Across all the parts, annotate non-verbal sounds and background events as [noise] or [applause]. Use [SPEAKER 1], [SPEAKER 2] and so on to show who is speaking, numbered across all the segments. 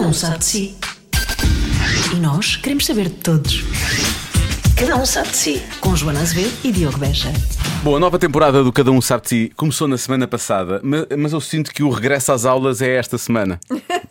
[SPEAKER 1] um sabe de si. E nós queremos saber de todos. Cada um sabe de si. Com Joana Azevedo e Diogo Beja.
[SPEAKER 2] Bom, a nova temporada do Cada Um Sabe de Si começou na semana passada, ma- mas eu sinto que o regresso às aulas é esta semana,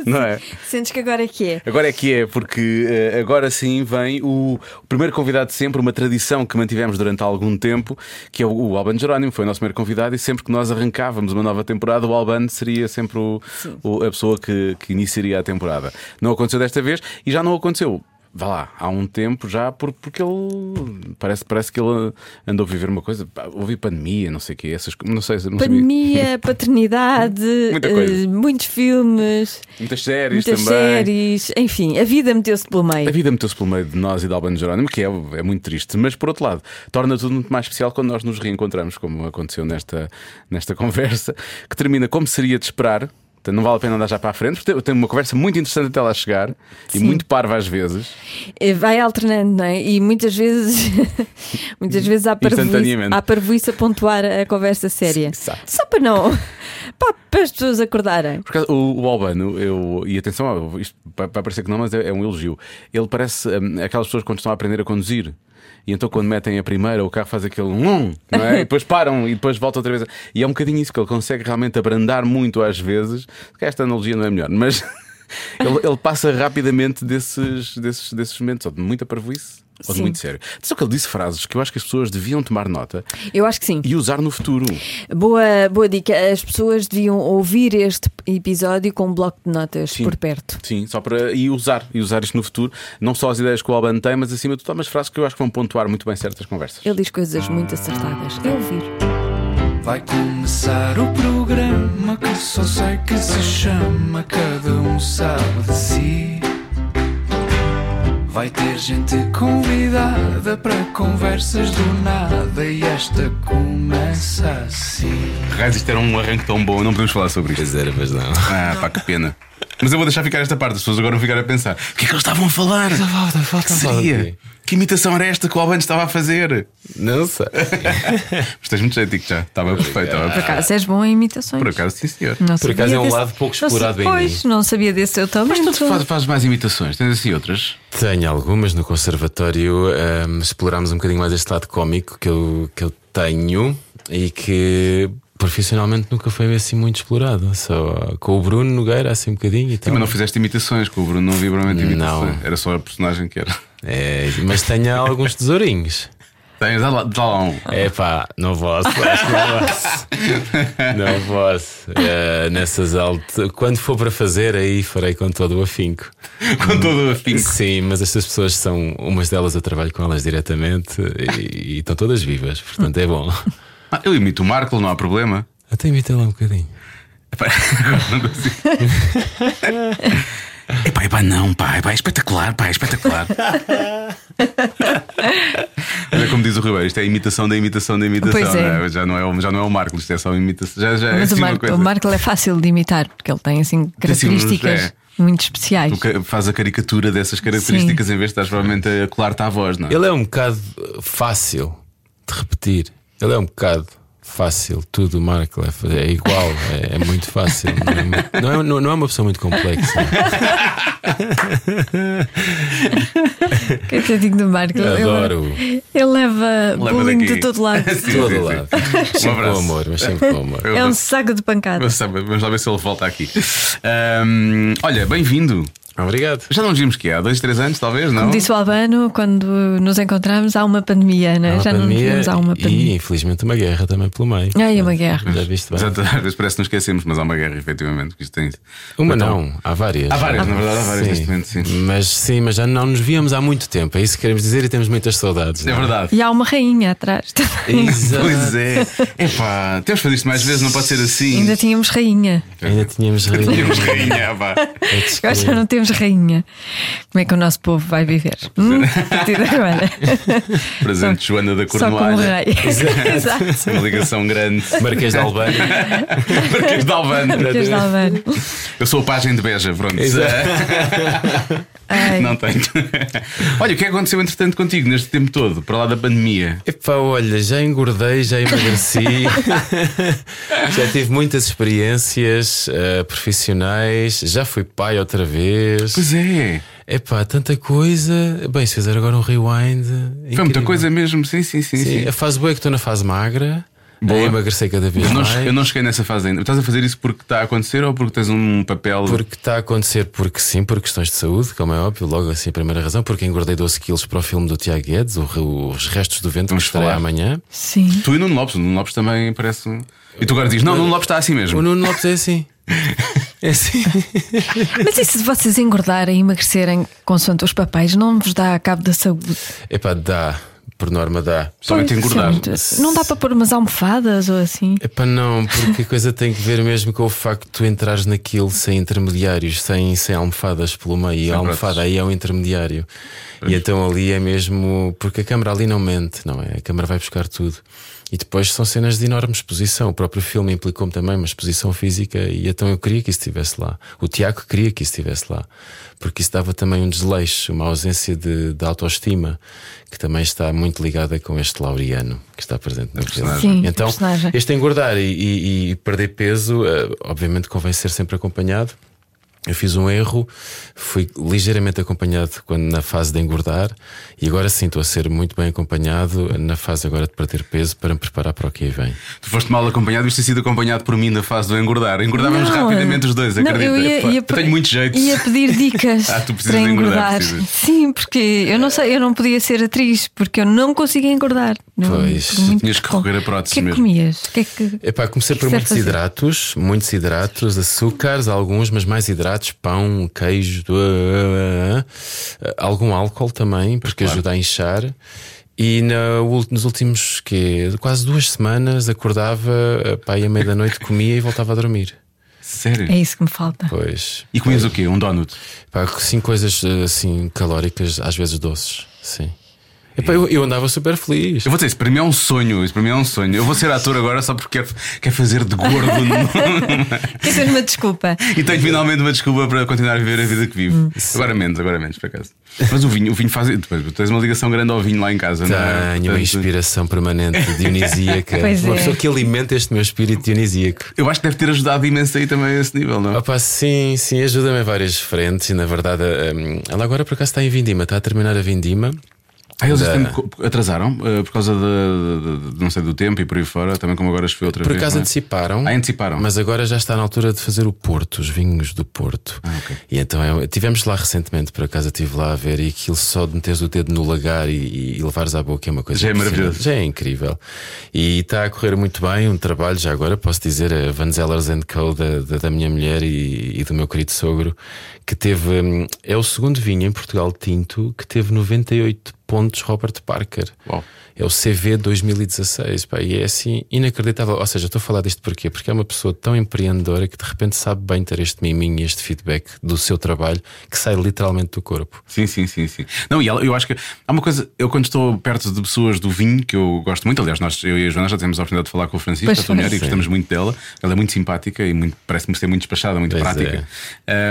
[SPEAKER 2] não é?
[SPEAKER 3] Sentes que agora é que é?
[SPEAKER 2] Agora é que é, porque eh, agora sim vem o, o primeiro convidado de sempre, uma tradição que mantivemos durante algum tempo, que é o, o Alban Jerónimo, foi o nosso primeiro convidado, e sempre que nós arrancávamos uma nova temporada, o Alban seria sempre o- o- a pessoa que, que iniciaria a temporada. Não aconteceu desta vez e já não aconteceu. Vá lá, há um tempo já, por- porque ele parece, parece que ele andou a viver uma coisa. pá, Houve pandemia, não sei o quê, essas co- não sei, não sabia. [laughs]
[SPEAKER 3] Pandemia, paternidade,
[SPEAKER 2] Muita coisa.
[SPEAKER 3] eh, muitos filmes,
[SPEAKER 2] Muitas séries
[SPEAKER 3] muitas
[SPEAKER 2] também.
[SPEAKER 3] séries, enfim, a vida meteu-se pelo meio.
[SPEAKER 2] A vida meteu-se pelo meio de nós e de Albano Jerónimo, que é, é muito triste, mas por outro lado, torna tudo muito mais especial quando nós nos reencontramos, como aconteceu nesta, nesta [laughs] conversa, que termina como seria de esperar. Portanto, Não vale a pena andar já para a frente, porque tem- tem uma conversa muito interessante até lá chegar e
[SPEAKER 3] Sim.
[SPEAKER 2] muito parva às vezes.
[SPEAKER 3] Eh, Vai alternando, não é? E muitas vezes, [laughs] muitas vezes há parvoíce,
[SPEAKER 2] Instantaneamente.
[SPEAKER 3] há parvoíce a pontuar a conversa séria.
[SPEAKER 2] Exato.
[SPEAKER 3] Só para não, [laughs] pá, para as pessoas acordarem.
[SPEAKER 2] Por acaso, o, o Albano, eu, e atenção, eu- isto vai vai parecer que não, mas é, é um elogio. Ele parece hum, aquelas pessoas quando estão a aprender a conduzir. E então, quando metem a primeira, o carro faz aquele um, não é? E depois param e depois volta outra vez. E é um bocadinho isso que ele consegue realmente abrandar muito às vezes. Se calhar Esta analogia não é melhor, mas [laughs] ele, ele passa rapidamente desses, desses, desses momentos, ou de muita parvoíce, ou de
[SPEAKER 3] Sim.
[SPEAKER 2] muito sério. Só que ele disse frases que eu acho que as pessoas deviam tomar nota
[SPEAKER 3] Eu acho que sim.
[SPEAKER 2] e usar no futuro.
[SPEAKER 3] Boa, boa dica. As pessoas deviam ouvir este episódio com um bloco de notas por perto.
[SPEAKER 2] Sim, só para e usar, e usar isto no futuro, não só as ideias que o Alban tem, mas acima de tudo há umas frases que eu acho que vão pontuar muito bem certas conversas.
[SPEAKER 3] Ele diz coisas muito acertadas. É ouvir.
[SPEAKER 4] Vai começar o programa que só sei que se chama Cada um sabe de si. Vai ter gente convidada para conversas do nada e esta começa assim.
[SPEAKER 2] Raiz, isto era um arranque tão bom, não podemos falar sobre isto.
[SPEAKER 5] Pois era, mas não.
[SPEAKER 2] Ah, pá, que pena. Mas eu vou deixar ficar esta parte, as pessoas agora vão ficar a pensar: o que é que eles estavam a falar?
[SPEAKER 5] Falta, falta,
[SPEAKER 2] Que seria? Que imitação era esta que o Alban estava a fazer?
[SPEAKER 5] Não sei.
[SPEAKER 2] [laughs] Mas tens muito jeito, digo já. Estava perfeito, estava
[SPEAKER 3] Por
[SPEAKER 2] perfeito.
[SPEAKER 3] acaso és bom em imitações.
[SPEAKER 2] Por acaso, sim, senhor.
[SPEAKER 3] Não
[SPEAKER 5] Por
[SPEAKER 3] sabia
[SPEAKER 5] acaso é um
[SPEAKER 3] desse-
[SPEAKER 5] lado pouco
[SPEAKER 3] não
[SPEAKER 5] explorado
[SPEAKER 3] sei-
[SPEAKER 5] em
[SPEAKER 3] Pois, não sabia desse seu talento.
[SPEAKER 2] Mas tu faz- fazes mais imitações, tens assim outras?
[SPEAKER 5] Tenho algumas no conservatório. hum, explorámos um bocadinho mais este lado cómico que eu, que eu tenho e que profissionalmente nunca foi assim muito explorado. Só com o Bruno Nogueira, assim um bocadinho e tal.
[SPEAKER 2] Mas não fizeste imitações com o Bruno, não vi provavelmente
[SPEAKER 5] Não.
[SPEAKER 2] imitações. Era só a personagem que era.
[SPEAKER 5] É, mas tenho alguns tesourinhos.
[SPEAKER 2] Tens, dá lá, dá lá um.
[SPEAKER 5] É pá, não posso, acho que não posso. Não posso. Eh, nessas alturas. Quando for para fazer, aí farei com todo o afinco.
[SPEAKER 2] [laughs] Com todo o afinco.
[SPEAKER 5] Sim, mas estas pessoas são. Umas delas eu trabalho com elas diretamente e, e estão todas vivas, portanto
[SPEAKER 3] [laughs]
[SPEAKER 5] é bom.
[SPEAKER 2] Ah, eu imito o Marco, não há problema.
[SPEAKER 5] Até imitei lá um bocadinho.
[SPEAKER 2] Epá, não consigo. Epá, epá, não, pá, epá, é espetacular, pá, é espetacular. Olha como diz o Ribeiro, isto é a imitação da imitação da imitação,
[SPEAKER 3] Pois é.
[SPEAKER 2] não Já, não é, o- já não é o Marco, isto é só uma imitação. Já, já é
[SPEAKER 3] Mas
[SPEAKER 2] assim
[SPEAKER 3] o,
[SPEAKER 2] uma
[SPEAKER 3] Marco,
[SPEAKER 2] coisa.
[SPEAKER 3] o Marco é fácil de imitar, porque ele tem assim características
[SPEAKER 2] é.
[SPEAKER 3] muito especiais.
[SPEAKER 2] Tu ca- Faz a caricatura dessas características em vez de estás provavelmente a colar-te à voz, não é?
[SPEAKER 5] Ele é um bocado eh, fácil de repetir. Ele é um bocado fácil. Tudo o Marco é, fa- é igual, é, é muito fácil. Não é, mu- não, é, não- não é uma pessoa muito
[SPEAKER 3] [laughs]
[SPEAKER 5] complexa.
[SPEAKER 3] Coitadinho do Marco. ele-
[SPEAKER 5] Adoro-o.
[SPEAKER 3] Ele, leva
[SPEAKER 2] é
[SPEAKER 3] bullying
[SPEAKER 2] daqui.
[SPEAKER 3] de todo lado.
[SPEAKER 2] [laughs] Sim,
[SPEAKER 5] Todo
[SPEAKER 2] sim, sim.
[SPEAKER 5] lado.
[SPEAKER 2] Um
[SPEAKER 5] Sempre com
[SPEAKER 2] abraço.
[SPEAKER 5] amor, mas sempre com amor.
[SPEAKER 3] É um saco de pancada.
[SPEAKER 2] Vamos saber- vamos lá ver se ele volta aqui. Ahm, olha, bem-vindo.
[SPEAKER 5] Obrigado.
[SPEAKER 2] Já não nos vimos que há dois, três anos, talvez, não?
[SPEAKER 3] Como disse o Albano, quando nos encontramos, há uma pandemia, né?
[SPEAKER 5] Há uma
[SPEAKER 3] já não nos
[SPEAKER 5] pandemia
[SPEAKER 3] vimos, há uma
[SPEAKER 5] E
[SPEAKER 3] pandemia.
[SPEAKER 5] infelizmente uma guerra também pelo meio.
[SPEAKER 3] Ai, uma guerra.
[SPEAKER 5] Já viste bem?
[SPEAKER 2] [laughs] Exato, às vezes é parece que nos esquecemos, mas há uma guerra, efetivamente. que Isto tem...
[SPEAKER 5] Uma
[SPEAKER 2] Então,
[SPEAKER 5] não, há várias.
[SPEAKER 2] Há várias, na verdade, há várias neste momento, sim.
[SPEAKER 5] Mas sim, mas já não nos víamos há muito tempo, é isso que queremos dizer e temos muitas saudades.
[SPEAKER 2] É
[SPEAKER 5] não
[SPEAKER 2] verdade.
[SPEAKER 3] E há uma rainha atrás também.
[SPEAKER 2] [laughs]
[SPEAKER 5] Exato.
[SPEAKER 2] Pois é. Epá, temos de fazer isto mais vezes, não pode ser assim. [laughs]
[SPEAKER 3] Ainda tínhamos rainha.
[SPEAKER 5] Ainda tínhamos rainha.
[SPEAKER 2] Tínhamos rainha, pá.
[SPEAKER 3] Agora já não temos rainha. Como é que o nosso povo vai viver? Hum, a partir de agora.
[SPEAKER 2] Presente Joana da
[SPEAKER 3] Só com o
[SPEAKER 2] Cornoalha. [laughs]
[SPEAKER 3] rei. [laughs] Exato.
[SPEAKER 2] Uma ligação grande.
[SPEAKER 5] Marquês de
[SPEAKER 2] [laughs]
[SPEAKER 5] Albânia.
[SPEAKER 2] Marquês de Albano.
[SPEAKER 3] Marquês de Albano.
[SPEAKER 2] Eu sou o Pagem de Beja, pronto.
[SPEAKER 5] Exato.
[SPEAKER 2] [laughs]
[SPEAKER 3] Ai.
[SPEAKER 2] Não tenho. [laughs] Olha, o que é que aconteceu entretanto contigo neste tempo todo, para lá da pandemia?
[SPEAKER 5] Epá, olha, já engordei,
[SPEAKER 2] [laughs]
[SPEAKER 5] já emagreci, já tive muitas experiências eh, profissionais, já fui pai outra vez. fez.
[SPEAKER 2] Pois é.
[SPEAKER 5] É pá, tanta coisa. Bem, se fizer agora um rewind.
[SPEAKER 2] Foi muita coisa mesmo, sim, sim, sim. sim.
[SPEAKER 5] A fase boa é que estou na fase magra.
[SPEAKER 2] Boa.
[SPEAKER 5] Boa. Emagrecei cada vez
[SPEAKER 2] Eu, não,
[SPEAKER 5] mais.
[SPEAKER 2] eu não cheguei nessa fase ainda. Estás a fazer isso porque está a acontecer ou porque tens um papel.
[SPEAKER 5] Porque está a acontecer, porque sim, por questões de saúde, como é óbvio, logo assim a primeira razão, porque engordei 12 quilos para o filme do Tiago Guedes, o re- os restos do vento
[SPEAKER 2] Vamos
[SPEAKER 5] que estarei
[SPEAKER 2] falar.
[SPEAKER 5] amanhã.
[SPEAKER 3] Sim.
[SPEAKER 2] Tu e Nuno Lopes, o Nuno Lopes também parece. um- E tu agora dizes, não, Nuno Lopes está assim mesmo.
[SPEAKER 5] O Nuno Lopes é assim. [laughs] É assim.
[SPEAKER 3] Mas e se vocês engordarem e emagrecerem consoante os papéis, não vos dá cabo da saúde?
[SPEAKER 5] Epá, dá, por norma dá.
[SPEAKER 2] Somente
[SPEAKER 3] Pois, é
[SPEAKER 2] engordar.
[SPEAKER 3] sim, Não dá para pôr umas almofadas ou assim?
[SPEAKER 5] Epá, não, porque a coisa tem que ver mesmo com o facto de tu entrares naquilo sem intermediários, sem, sem almofadas pelo meio. E a almofada
[SPEAKER 2] pratos.
[SPEAKER 5] aí é um intermediário. E então ali é mesmo. Porque a câmara ali não mente, não é? A câmara vai buscar tudo. E depois são cenas de enorme exposição. O próprio filme implicou-me também uma exposição física. E então eu queria que isso estivesse lá. O Tiago queria que isso estivesse lá. Porque isso dava também um desleixo, uma ausência de, de autoestima, que também está muito ligada com este Laureano que está presente no filme.
[SPEAKER 3] Sim,
[SPEAKER 5] Então,
[SPEAKER 3] personagem.
[SPEAKER 5] este engordar e, e- e perder peso, eh, obviamente convém ser sempre acompanhado. Eu fiz um erro, fui ligeiramente acompanhado quando na fase de engordar e agora sim estou a ser muito bem acompanhado na fase agora de perder peso para me preparar para o que aí vem.
[SPEAKER 2] Tu foste mal acompanhado, devias ter sido acompanhado por mim na fase do engordar. Engordávamos
[SPEAKER 3] Não,
[SPEAKER 2] rapidamente os dois,
[SPEAKER 3] não,
[SPEAKER 2] acredita?
[SPEAKER 3] eu, ia-
[SPEAKER 2] Pá,
[SPEAKER 3] ia
[SPEAKER 2] eu
[SPEAKER 3] pe-
[SPEAKER 2] tenho muito jeito.
[SPEAKER 3] Ia
[SPEAKER 2] [laughs]
[SPEAKER 3] pedir dicas
[SPEAKER 2] Ah, tu precisas
[SPEAKER 3] para
[SPEAKER 2] de engordar,
[SPEAKER 3] engordar.
[SPEAKER 2] precisas.
[SPEAKER 3] Sim, porque eu não sei, eu não podia ser atriz porque eu não conseguia engordar. Não,
[SPEAKER 5] Pois,
[SPEAKER 3] por muito
[SPEAKER 2] tinhas que
[SPEAKER 3] pouco.
[SPEAKER 2] recorrer a prótese
[SPEAKER 3] O que é que
[SPEAKER 2] mesmo.
[SPEAKER 3] comias? O que é que...
[SPEAKER 5] Epá, comecei
[SPEAKER 3] O que é
[SPEAKER 5] por
[SPEAKER 3] que
[SPEAKER 5] muitos
[SPEAKER 3] se deve fazer?
[SPEAKER 5] hidratos, muitos hidratos, açúcares, alguns, mas mais hidratos, pão, queijo, ah, ah, ah, ah, algum álcool também, porque ajuda a inchar. E na ul- nos últimos quê? quase duas semanas acordava, ah, pá, e à meia da noite comia e voltava a dormir.
[SPEAKER 2] Sério.
[SPEAKER 3] É isso que
[SPEAKER 2] [laughs]
[SPEAKER 3] me falta.
[SPEAKER 5] Pois.
[SPEAKER 2] E comias o quê? Um donut.
[SPEAKER 5] Pá, sim, coisas ah, assim calóricas, às vezes doces, sim. Epá, eu, eu andava super feliz.
[SPEAKER 2] Eu vou dizer, isso para mim é um sonho. Isso para mim é um sonho. Eu vou ser ator agora só porque quero, quero fazer de
[SPEAKER 3] [laughs]
[SPEAKER 2] gordo
[SPEAKER 3] Quer dizer, uma desculpa.
[SPEAKER 2] e tenho finalmente uma desculpa para continuar a viver a vida que vivo. Agora menos, agora menos, por acaso. Mas o vinho, o vinho faz. Depois, tu tens uma ligação grande ao vinho lá em casa, não é?
[SPEAKER 5] Tenho uma
[SPEAKER 2] Portanto,
[SPEAKER 5] inspiração permanente dionisíaca.
[SPEAKER 3] Pois
[SPEAKER 5] uma
[SPEAKER 3] é.
[SPEAKER 5] pessoa que alimenta este meu espírito dionisíaco.
[SPEAKER 2] Eu acho que deve ter ajudado imenso aí também a esse nível, não? é?
[SPEAKER 5] Opa, sim, sim, ajuda-me em várias frentes. E na verdade, hum, ela agora por acaso está em Vindima, está a terminar a Vindima.
[SPEAKER 2] Ah, eles
[SPEAKER 5] Da-
[SPEAKER 2] este tempo co- atrasaram eh, por causa de, de- de- não sei, do tempo e por aí fora, também como agora choveu outra
[SPEAKER 5] Por
[SPEAKER 2] vez.
[SPEAKER 5] acaso
[SPEAKER 2] não é?
[SPEAKER 5] anteciparam,
[SPEAKER 2] Ah, anteciparam.
[SPEAKER 5] mas agora já está na altura de fazer o Porto, os vinhos do Porto.
[SPEAKER 2] Ah,
[SPEAKER 5] E então é, tivemos lá recentemente, por acaso eu estive lá a ver, e aquilo só de meteres o dedo no lagar e, e levares à boca é uma coisa
[SPEAKER 2] Já é
[SPEAKER 5] impressionante.
[SPEAKER 2] maravilhoso.
[SPEAKER 5] Já é incrível. E está a correr muito bem um trabalho, já agora posso dizer, a Van Zellers and Co. da, da, da minha mulher e, e do meu querido sogro, que teve. hum, É o segundo vinho em Portugal tinto que teve 98 pontos Robert Parker.
[SPEAKER 2] Uau.
[SPEAKER 5] É o CV 2016, pá, e é assim inacreditável. Ou seja, estou a falar disto porquê? Porque é uma pessoa tão empreendedora que de repente sabe bem ter este miminho e este feedback do seu trabalho que sai literalmente do corpo.
[SPEAKER 2] Sim, sim, sim, sim. Não, e ela- eu acho que há uma coisa, eu quando estou perto de pessoas do vinho, que eu gosto muito, aliás, nós, eu e a Joana já tivemos a oportunidade de falar com o Francisco,
[SPEAKER 3] Pois
[SPEAKER 2] a tua mulher,
[SPEAKER 3] foi.
[SPEAKER 2] e gostamos muito dela. Ela é muito simpática e muito- parece-me ser muito despachada, muito
[SPEAKER 5] Pois
[SPEAKER 2] prática.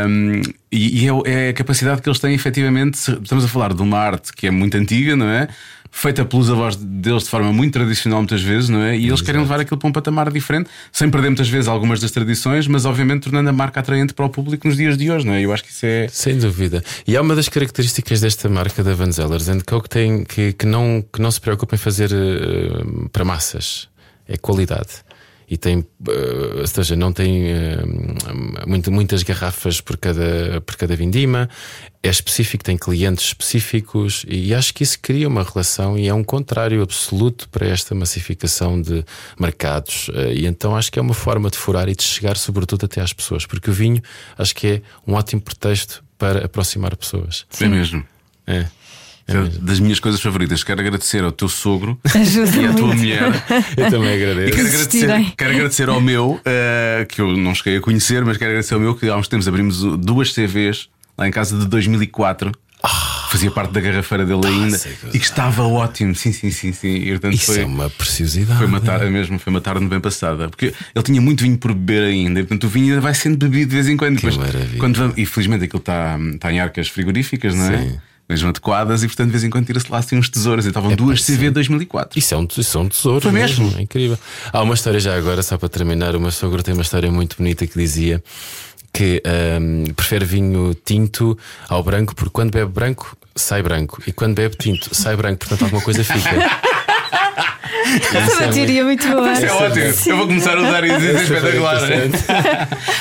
[SPEAKER 2] Um, e e é, o- é a capacidade que eles têm, efetivamente, se- estamos a falar de uma arte que é muito antiga, não é? Feita pelos avós deles de forma muito tradicional, muitas vezes, não é? E eles querem levar aquilo para um patamar diferente, sem perder muitas vezes algumas das tradições, mas obviamente tornando a marca atraente para o público nos dias de hoje, não é? Eu acho que isso é.
[SPEAKER 5] Sem dúvida. E é uma das características desta marca da Van Zellers and Co. que, tem, que, que, não, que não se preocupa em fazer eh, para massas. É qualidade. E tem, eh, ou seja, não tem eh, muito- muitas garrafas por cada, por cada vindima, é específico, tem clientes específicos e acho que isso cria uma relação e é um contrário absoluto para esta massificação de mercados. Eh, E então acho que é uma forma de furar e de chegar, sobretudo, até às pessoas, porque o vinho acho que é um ótimo pretexto para aproximar pessoas.
[SPEAKER 2] É mesmo.
[SPEAKER 5] É.
[SPEAKER 2] É das minhas coisas favoritas. Quero agradecer ao teu
[SPEAKER 5] [laughs]
[SPEAKER 2] sogro
[SPEAKER 3] Ajuda
[SPEAKER 2] e à tua
[SPEAKER 3] muito.
[SPEAKER 2] mulher.
[SPEAKER 5] Eu também
[SPEAKER 2] E quero
[SPEAKER 5] agradeço.
[SPEAKER 2] agradecer,
[SPEAKER 3] Existirem.
[SPEAKER 2] quero agradecer ao meu, eh, que eu não cheguei a conhecer, mas quero agradecer ao meu, que há uns tempos abrimos o- duas CVs lá em casa de 2004. Fazia parte da garrafeira dele ainda
[SPEAKER 5] Ah. sei que
[SPEAKER 2] e que estava ótimo. Sim, sim, sim, sim. E, portanto,
[SPEAKER 5] Isso
[SPEAKER 2] foi,
[SPEAKER 5] é uma preciosidade.
[SPEAKER 2] foi uma tarde mesmo, foi uma tarde bem passada. Porque ele tinha muito vinho por beber ainda, e portanto o vinho ainda vai sendo bebido de vez em quando.
[SPEAKER 5] Que maravilha.
[SPEAKER 2] quando vamos- e felizmente aquilo está, está em arcas frigoríficas, não é?
[SPEAKER 5] Sim.
[SPEAKER 2] Mesmo adequadas, e portanto de vez em quando tira-se lá assim uns tesouros. E estavam duas
[SPEAKER 5] sim.
[SPEAKER 2] CV 2004.
[SPEAKER 5] Isso é um, isso é um tesouro.
[SPEAKER 2] Foi mesmo?
[SPEAKER 5] É incrível. Há uma história já agora, só para terminar, uma sogra tem uma história muito bonita que dizia que hum, prefere vinho tinto ao branco, porque quando bebe branco, sai branco. E quando bebe tinto, sai branco. Portanto, alguma
[SPEAKER 2] [laughs]
[SPEAKER 5] coisa fica.
[SPEAKER 3] Essa é uma teoria muito boa.
[SPEAKER 2] Isso é ótimo. Eu vou começar a usar isso é
[SPEAKER 5] foi
[SPEAKER 2] espetacular.
[SPEAKER 5] interessante.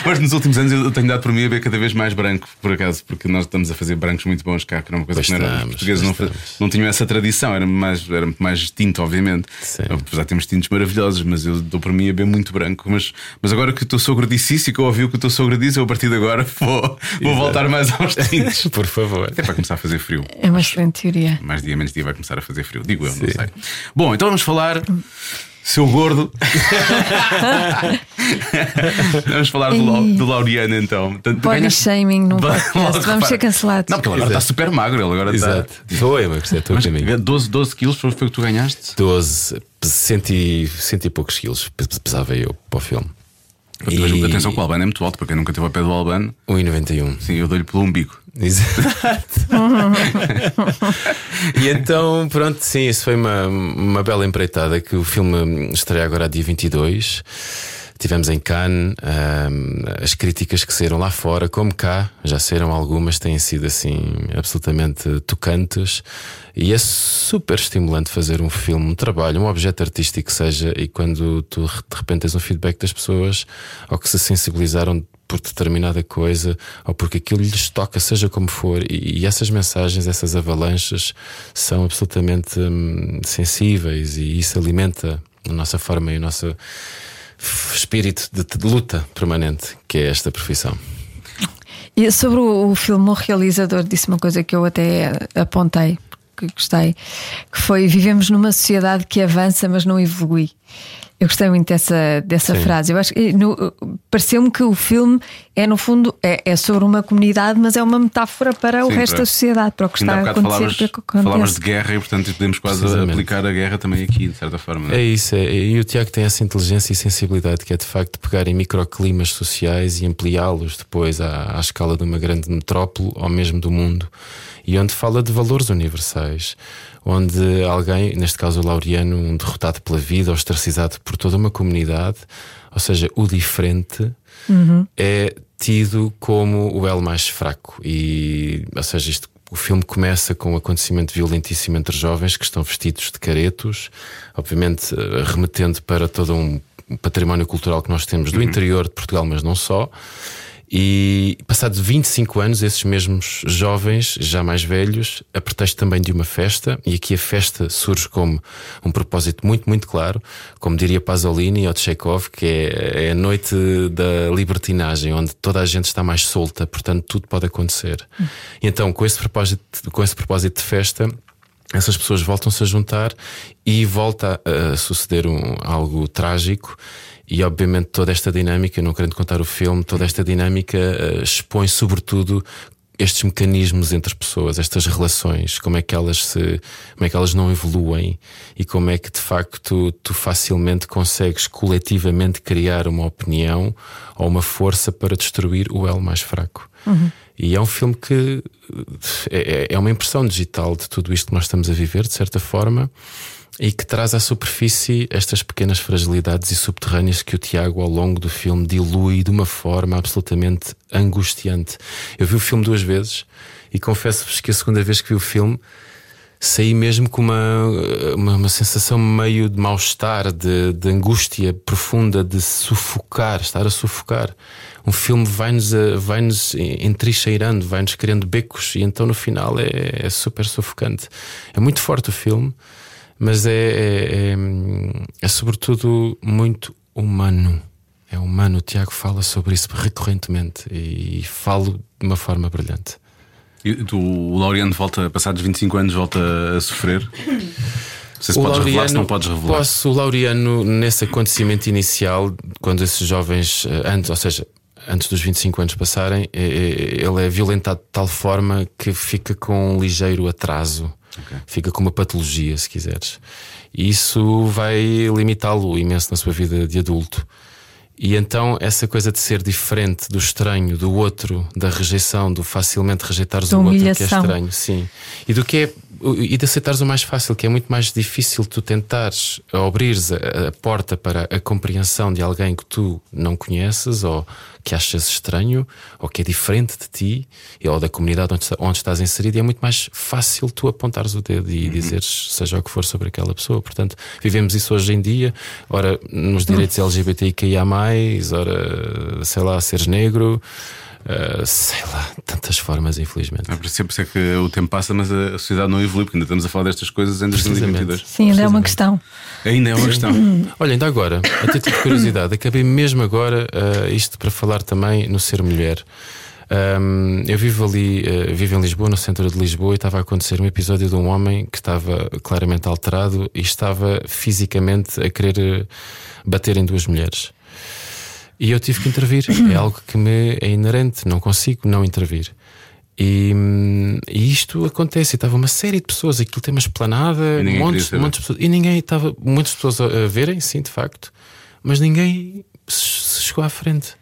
[SPEAKER 2] Mas nos últimos anos eu tenho dado por mim a ver cada vez mais branco, por acaso, porque nós estamos a fazer brancos muito bons cá, que era uma coisa
[SPEAKER 5] Pois
[SPEAKER 2] que não era.
[SPEAKER 5] estamos,
[SPEAKER 2] os portugueses não,
[SPEAKER 5] pois
[SPEAKER 2] fa-
[SPEAKER 5] estamos.
[SPEAKER 2] não tinham essa tradição, era, mais, era muito mais tinto, obviamente.
[SPEAKER 5] Sim.
[SPEAKER 2] Apesar de termos tintos maravilhosos, mas eu dou por mim a ver muito branco. Mas, mas agora que o teu sogro disse isso e que eu ouvi o que o teu sogro disse, eu a partir de agora [laughs] vou, vou voltar mais aos tintos.
[SPEAKER 5] [laughs] Por favor.
[SPEAKER 2] Até vai começar a fazer frio.
[SPEAKER 3] É uma excelente teoria.
[SPEAKER 2] Mais dia, menos dia vai começar a fazer frio. Digo eu, não sei. Bom, então vamos falar. Seu
[SPEAKER 3] [laughs]
[SPEAKER 2] gordo. vamos falar do, Lau- do Laureano então. Portanto, tu
[SPEAKER 3] Body
[SPEAKER 2] ganhaste-
[SPEAKER 3] shaming
[SPEAKER 2] [laughs]
[SPEAKER 3] num
[SPEAKER 2] Logo,
[SPEAKER 3] podcast. Vamos ser
[SPEAKER 2] repara.
[SPEAKER 3] cancelados.
[SPEAKER 2] Não, porque ele agora está
[SPEAKER 5] Exato.
[SPEAKER 2] super magro. Ele agora
[SPEAKER 5] Exato.
[SPEAKER 2] está.
[SPEAKER 5] Foi, mas é tudo
[SPEAKER 2] Mas
[SPEAKER 5] para mim.
[SPEAKER 2] 12, 12 quilos foi o que tu ganhaste?
[SPEAKER 5] 12, cento e, cento e poucos quilos pes- pesava eu para o filme.
[SPEAKER 2] Mas Atenção que o Albano é muito alto, para quem nunca teve ao pé do Albano,
[SPEAKER 5] 1,91.
[SPEAKER 2] sim, eu dou-lhe pelo umbigo.
[SPEAKER 5] Exato. [laughs] e então, pronto, sim, isso foi uma, uma bela empreitada que o filme estreia agora dia 22. Tivemos em Cannes, ahm, as críticas que saíram lá fora, como cá, já saíram algumas, têm sido assim absolutamente tocantes. E é super estimulante fazer um filme, um trabalho, um objeto artístico que seja, e quando tu de repente tens um feedback das pessoas ou que se sensibilizaram por determinada coisa ou porque aquilo lhes toca, seja como for. E, e essas mensagens, essas avalanches, são absolutamente hum, sensíveis e isso alimenta a nossa forma e o nosso f- espírito de, de luta permanente, que é esta profissão.
[SPEAKER 3] E sobre o, o filme, o realizador disse uma coisa que eu até apontei, que gostei, que foi vivemos numa sociedade que avança, mas não evolui. Eu gostei muito dessa, dessa frase. Eu acho que no- pareceu-me que o filme é, no fundo, é, é sobre uma comunidade, mas é uma metáfora para o
[SPEAKER 2] Sim,
[SPEAKER 3] resto
[SPEAKER 2] para-
[SPEAKER 3] da sociedade, para o que está
[SPEAKER 2] Ainda há
[SPEAKER 3] a
[SPEAKER 2] bocado
[SPEAKER 3] acontecer.
[SPEAKER 2] falavas,
[SPEAKER 3] para o que
[SPEAKER 2] falavas
[SPEAKER 3] acontece.
[SPEAKER 2] de guerra e, portanto, podemos quase
[SPEAKER 5] Precisamente.
[SPEAKER 2] aplicar a guerra também aqui, de certa forma. não é?
[SPEAKER 5] É isso, é, e o Tiago tem essa inteligência e sensibilidade que é de facto pegar em microclimas sociais e ampliá-los depois à, à escala de uma grande metrópole ou mesmo do mundo, e onde fala de valores universais, onde alguém, neste caso o Laureano, um derrotado pela vida, ou ostracizado por toda uma comunidade, ou seja, o diferente é tido como o L mais fraco. E, ou seja, isto, o filme começa com um acontecimento violentíssimo entre jovens que estão vestidos de caretos, obviamente eh, remetendo para todo um património cultural que nós temos do interior de Portugal, mas não só. E passados 25 anos, esses mesmos jovens, já mais velhos, a pretexto também de uma festa, e aqui a festa surge como um propósito muito, muito claro, como diria Pasolini ou Tchekov, que é, é a noite da libertinagem, onde toda a gente está mais solta, portanto tudo pode acontecer. E então, com esse propósito, com esse propósito de festa, essas pessoas voltam-se a juntar e volta a a suceder um- algo trágico. E obviamente toda esta dinâmica, eu não querendo contar o filme, toda esta dinâmica eh, expõe sobretudo estes mecanismos entre pessoas, estas relações, como é que elas se, como é que elas não evoluem e como é que de facto tu facilmente consegues coletivamente criar uma opinião ou uma força para destruir o elo mais fraco. E é um filme que eh, é, é uma impressão digital de tudo isto que nós estamos a viver, de certa forma, e que traz à superfície estas pequenas fragilidades e subterrâneas que o Tiago, ao longo do filme, dilui de uma forma absolutamente angustiante. Eu vi o filme duas vezes e confesso-vos que a segunda vez que vi o filme saí mesmo com uma, uma, uma sensação meio de mal-estar, de, de angústia profunda, de sufocar, estar a sufocar. Um filme vai-nos vai -nos entrincheirando, vai-nos criando becos, e então no final é, é super sufocante. É muito forte o filme, mas é, é, é, é sobretudo muito humano. É humano. O Tiago fala sobre isso recorrentemente e falo de uma forma brilhante.
[SPEAKER 2] E tu, o Laureano volta, passados 25 anos, volta a sofrer. Não sei se
[SPEAKER 5] O
[SPEAKER 2] podes revelar, se
[SPEAKER 5] Laureano-
[SPEAKER 2] não podes revelar.
[SPEAKER 5] Posso, o Laureano, nesse acontecimento inicial, quando esses jovens, eh, antes, ou seja, antes dos 25 anos passarem, eh, eh, ele é violentado de tal forma que fica com um ligeiro atraso. Fica com uma patologia, se quiseres. E isso vai limitá-lo imenso na sua vida de adulto. E então essa coisa de ser diferente, do estranho, do outro, da rejeição, do facilmente rejeitares
[SPEAKER 3] Da
[SPEAKER 5] o outro, que é
[SPEAKER 3] humilhação.
[SPEAKER 5] estranho, sim. E do que é e de aceitares o mais fácil, que é muito mais difícil tu tentares abrires a, a porta para a compreensão de alguém que tu não conheces ou que achas estranho ou que é diferente de ti ou da comunidade onde, onde estás inserido. E é muito mais fácil tu apontares o dedo e dizeres seja o que for sobre aquela pessoa. Portanto, vivemos isso hoje em dia. Ora, nos direitos LGBTIQIA, ora, sei lá, seres negro. Uh, sei lá, tantas formas, infelizmente.
[SPEAKER 2] É por isso- por isso é que o tempo passa, mas a a sociedade não evolui, porque ainda estamos a falar destas coisas em
[SPEAKER 5] Precisamente.
[SPEAKER 2] 2022.
[SPEAKER 3] Sim, ainda é uma questão.
[SPEAKER 2] Ainda é uma questão.
[SPEAKER 5] Olha, ainda agora, a título de curiosidade, acabei mesmo agora ah, isto para falar também no ser mulher. Ahm, eu vivo ali, ah, vivo em Lisboa, no centro de Lisboa, e estava a acontecer um episódio de um homem que estava claramente alterado e estava fisicamente a querer eh, bater em duas mulheres. E eu tive que intervir. É algo que me é inerente, não consigo não intervir. E, hum, e isto acontece. E estava uma série de pessoas, aquilo tem uma esplanada,
[SPEAKER 2] E ninguém
[SPEAKER 5] montes,
[SPEAKER 2] queria saber.
[SPEAKER 5] montes de pessoas. E ninguém estava, muitas pessoas a a verem, sim, de facto, mas ninguém se se chegou à frente.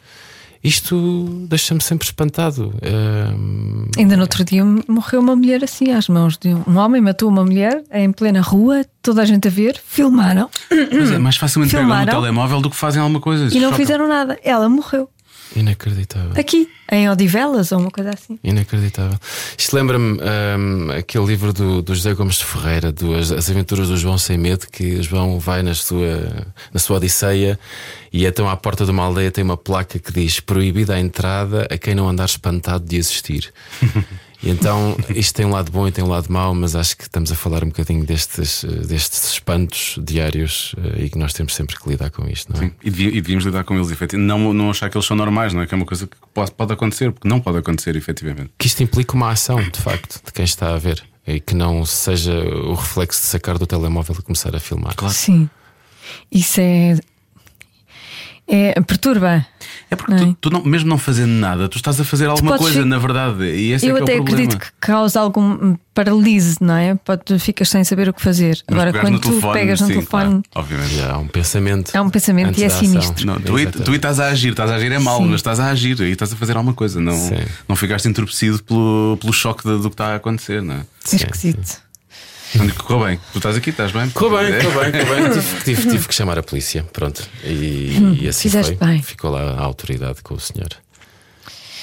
[SPEAKER 5] Isto deixa-me sempre espantado. Hum,
[SPEAKER 3] Ainda no outro dia morreu uma mulher assim às mãos de um, um homem, matou uma mulher em plena rua, toda a gente a ver, filmaram
[SPEAKER 2] Mas é mais facilmente pegam no
[SPEAKER 3] Filmaram.
[SPEAKER 2] telemóvel do que fazem alguma coisa. Isso
[SPEAKER 3] e não
[SPEAKER 2] choca.
[SPEAKER 3] fizeram nada. Ela morreu
[SPEAKER 5] inacreditável.
[SPEAKER 3] aqui, em Odivelas ou uma coisa assim.
[SPEAKER 5] Inacreditável. Isto lembra-me hum, aquele livro do, do José Gomes de Ferreira, do As, As Aventuras do João Sem Medo, que João vai na sua, na sua Odisseia e então à porta de uma aldeia tem uma placa que diz proibida a entrada a quem não andar espantado de existir. E então isto tem um lado bom e tem um lado mau, mas acho que estamos a falar um bocadinho destes, eh, destes espantos diários eh, e que nós temos sempre que lidar com isto, não é?
[SPEAKER 2] Sim, e, devia- e devíamos lidar com eles, efetivamente. Não, não achar que eles são normais, não é? Que é uma coisa que pode, pode acontecer, porque não pode acontecer, efetivamente.
[SPEAKER 5] que isto implica uma ação, de facto, de quem está a ver. E que não seja o reflexo de sacar do telemóvel e começar a filmar. Claro.
[SPEAKER 3] Sim, isso é. é perturba.
[SPEAKER 2] É porque
[SPEAKER 3] Não é?
[SPEAKER 2] tu, tu não- mesmo não fazendo nada, tu estás a fazer alguma
[SPEAKER 3] podes
[SPEAKER 2] coisa,
[SPEAKER 3] fi-
[SPEAKER 2] na verdade. E esse
[SPEAKER 3] Eu
[SPEAKER 2] é que
[SPEAKER 3] até
[SPEAKER 2] é o problema.
[SPEAKER 3] acredito que causa algum paralise, não é? Pode, tu ficas sem saber o que fazer.
[SPEAKER 2] Mas
[SPEAKER 3] Agora,
[SPEAKER 2] pegares
[SPEAKER 3] quando
[SPEAKER 2] no
[SPEAKER 3] tu
[SPEAKER 2] telefone,
[SPEAKER 3] pegas no
[SPEAKER 2] sim,
[SPEAKER 3] telefone,
[SPEAKER 2] claro, obviamente.
[SPEAKER 5] Já há um pensamento.
[SPEAKER 3] Há um pensamento
[SPEAKER 5] antes
[SPEAKER 3] e é
[SPEAKER 5] da
[SPEAKER 3] sinistro.
[SPEAKER 2] Não, tu, aí- tu aí
[SPEAKER 5] Exatamente.
[SPEAKER 2] estás a agir, estás a agir é mal,
[SPEAKER 3] Sim.
[SPEAKER 2] mas estás a agir e estás a fazer alguma coisa. Não,
[SPEAKER 5] Sim.
[SPEAKER 2] não ficaste entorpecido pelo, pelo choque de- do que está a acontecer, não é?
[SPEAKER 3] é esquisito.
[SPEAKER 2] Não digo que correu bem. Tu estás aqui, estás bem?
[SPEAKER 5] Ficou bem,
[SPEAKER 2] É. [laughs]
[SPEAKER 5] ficou bem, ficou bem. tive, tive- tive que chamar a polícia, pronto. E, e assim
[SPEAKER 3] Hum, fizeste
[SPEAKER 5] foi.
[SPEAKER 3] bem.
[SPEAKER 5] Ficou lá a autoridade com o senhor.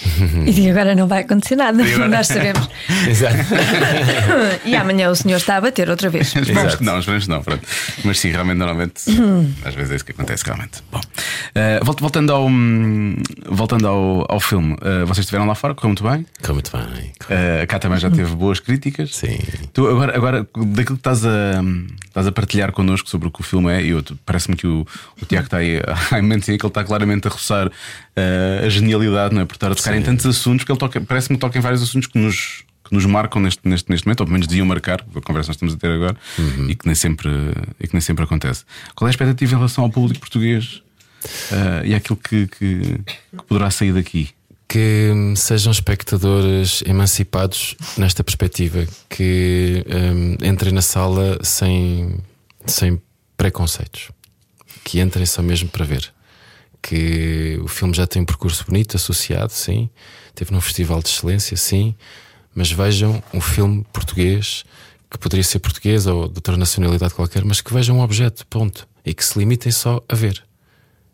[SPEAKER 5] [laughs]
[SPEAKER 3] E agora não vai acontecer nada,
[SPEAKER 2] E Hum. agora?
[SPEAKER 3] nós
[SPEAKER 2] [laughs]
[SPEAKER 3] sabemos.
[SPEAKER 5] Exato.
[SPEAKER 3] E amanhã o senhor está a bater outra vez.
[SPEAKER 2] Esperamos que não, esperamos que não, pronto. Mas sim, realmente, normalmente, às vezes é isso que acontece, realmente. Bom, eh, vol- voltando ao, hum, voltando ao, ao filme, eh, vocês estiveram lá fora, correu muito bem.
[SPEAKER 5] Ficou muito bem. correu-
[SPEAKER 2] Eh, cá também já teve boas críticas.
[SPEAKER 5] Sim.
[SPEAKER 2] Tu agora, agora, daquilo que estás a, estás a partilhar connosco sobre o que o filme é, e eu- parece-me que o, o Tiago está aí [laughs] à imensa que ele está claramente a roçar eh, a genialidade, não é? Por estar a tocar em tantos assuntos, porque ele toca, parece-me que toca em vários assuntos que nos, que nos marcam neste, neste, neste momento, ou pelo menos deviam marcar, a conversa que nós estamos a ter agora, e, que nem sempre, e que nem sempre acontece. Qual é a expectativa em relação ao público português eh, e àquilo que, que, que poderá sair daqui?
[SPEAKER 5] que hum, sejam espectadores emancipados nesta perspectiva, que hum, entrem na sala sem, sem preconceitos, que entrem só mesmo para ver. Que o filme já tem um percurso bonito associado, sim, teve num festival de excelência, sim, mas vejam um filme português que poderia ser português ou de outra nacionalidade qualquer, mas que vejam um objeto, ponto, e que se limitem só a ver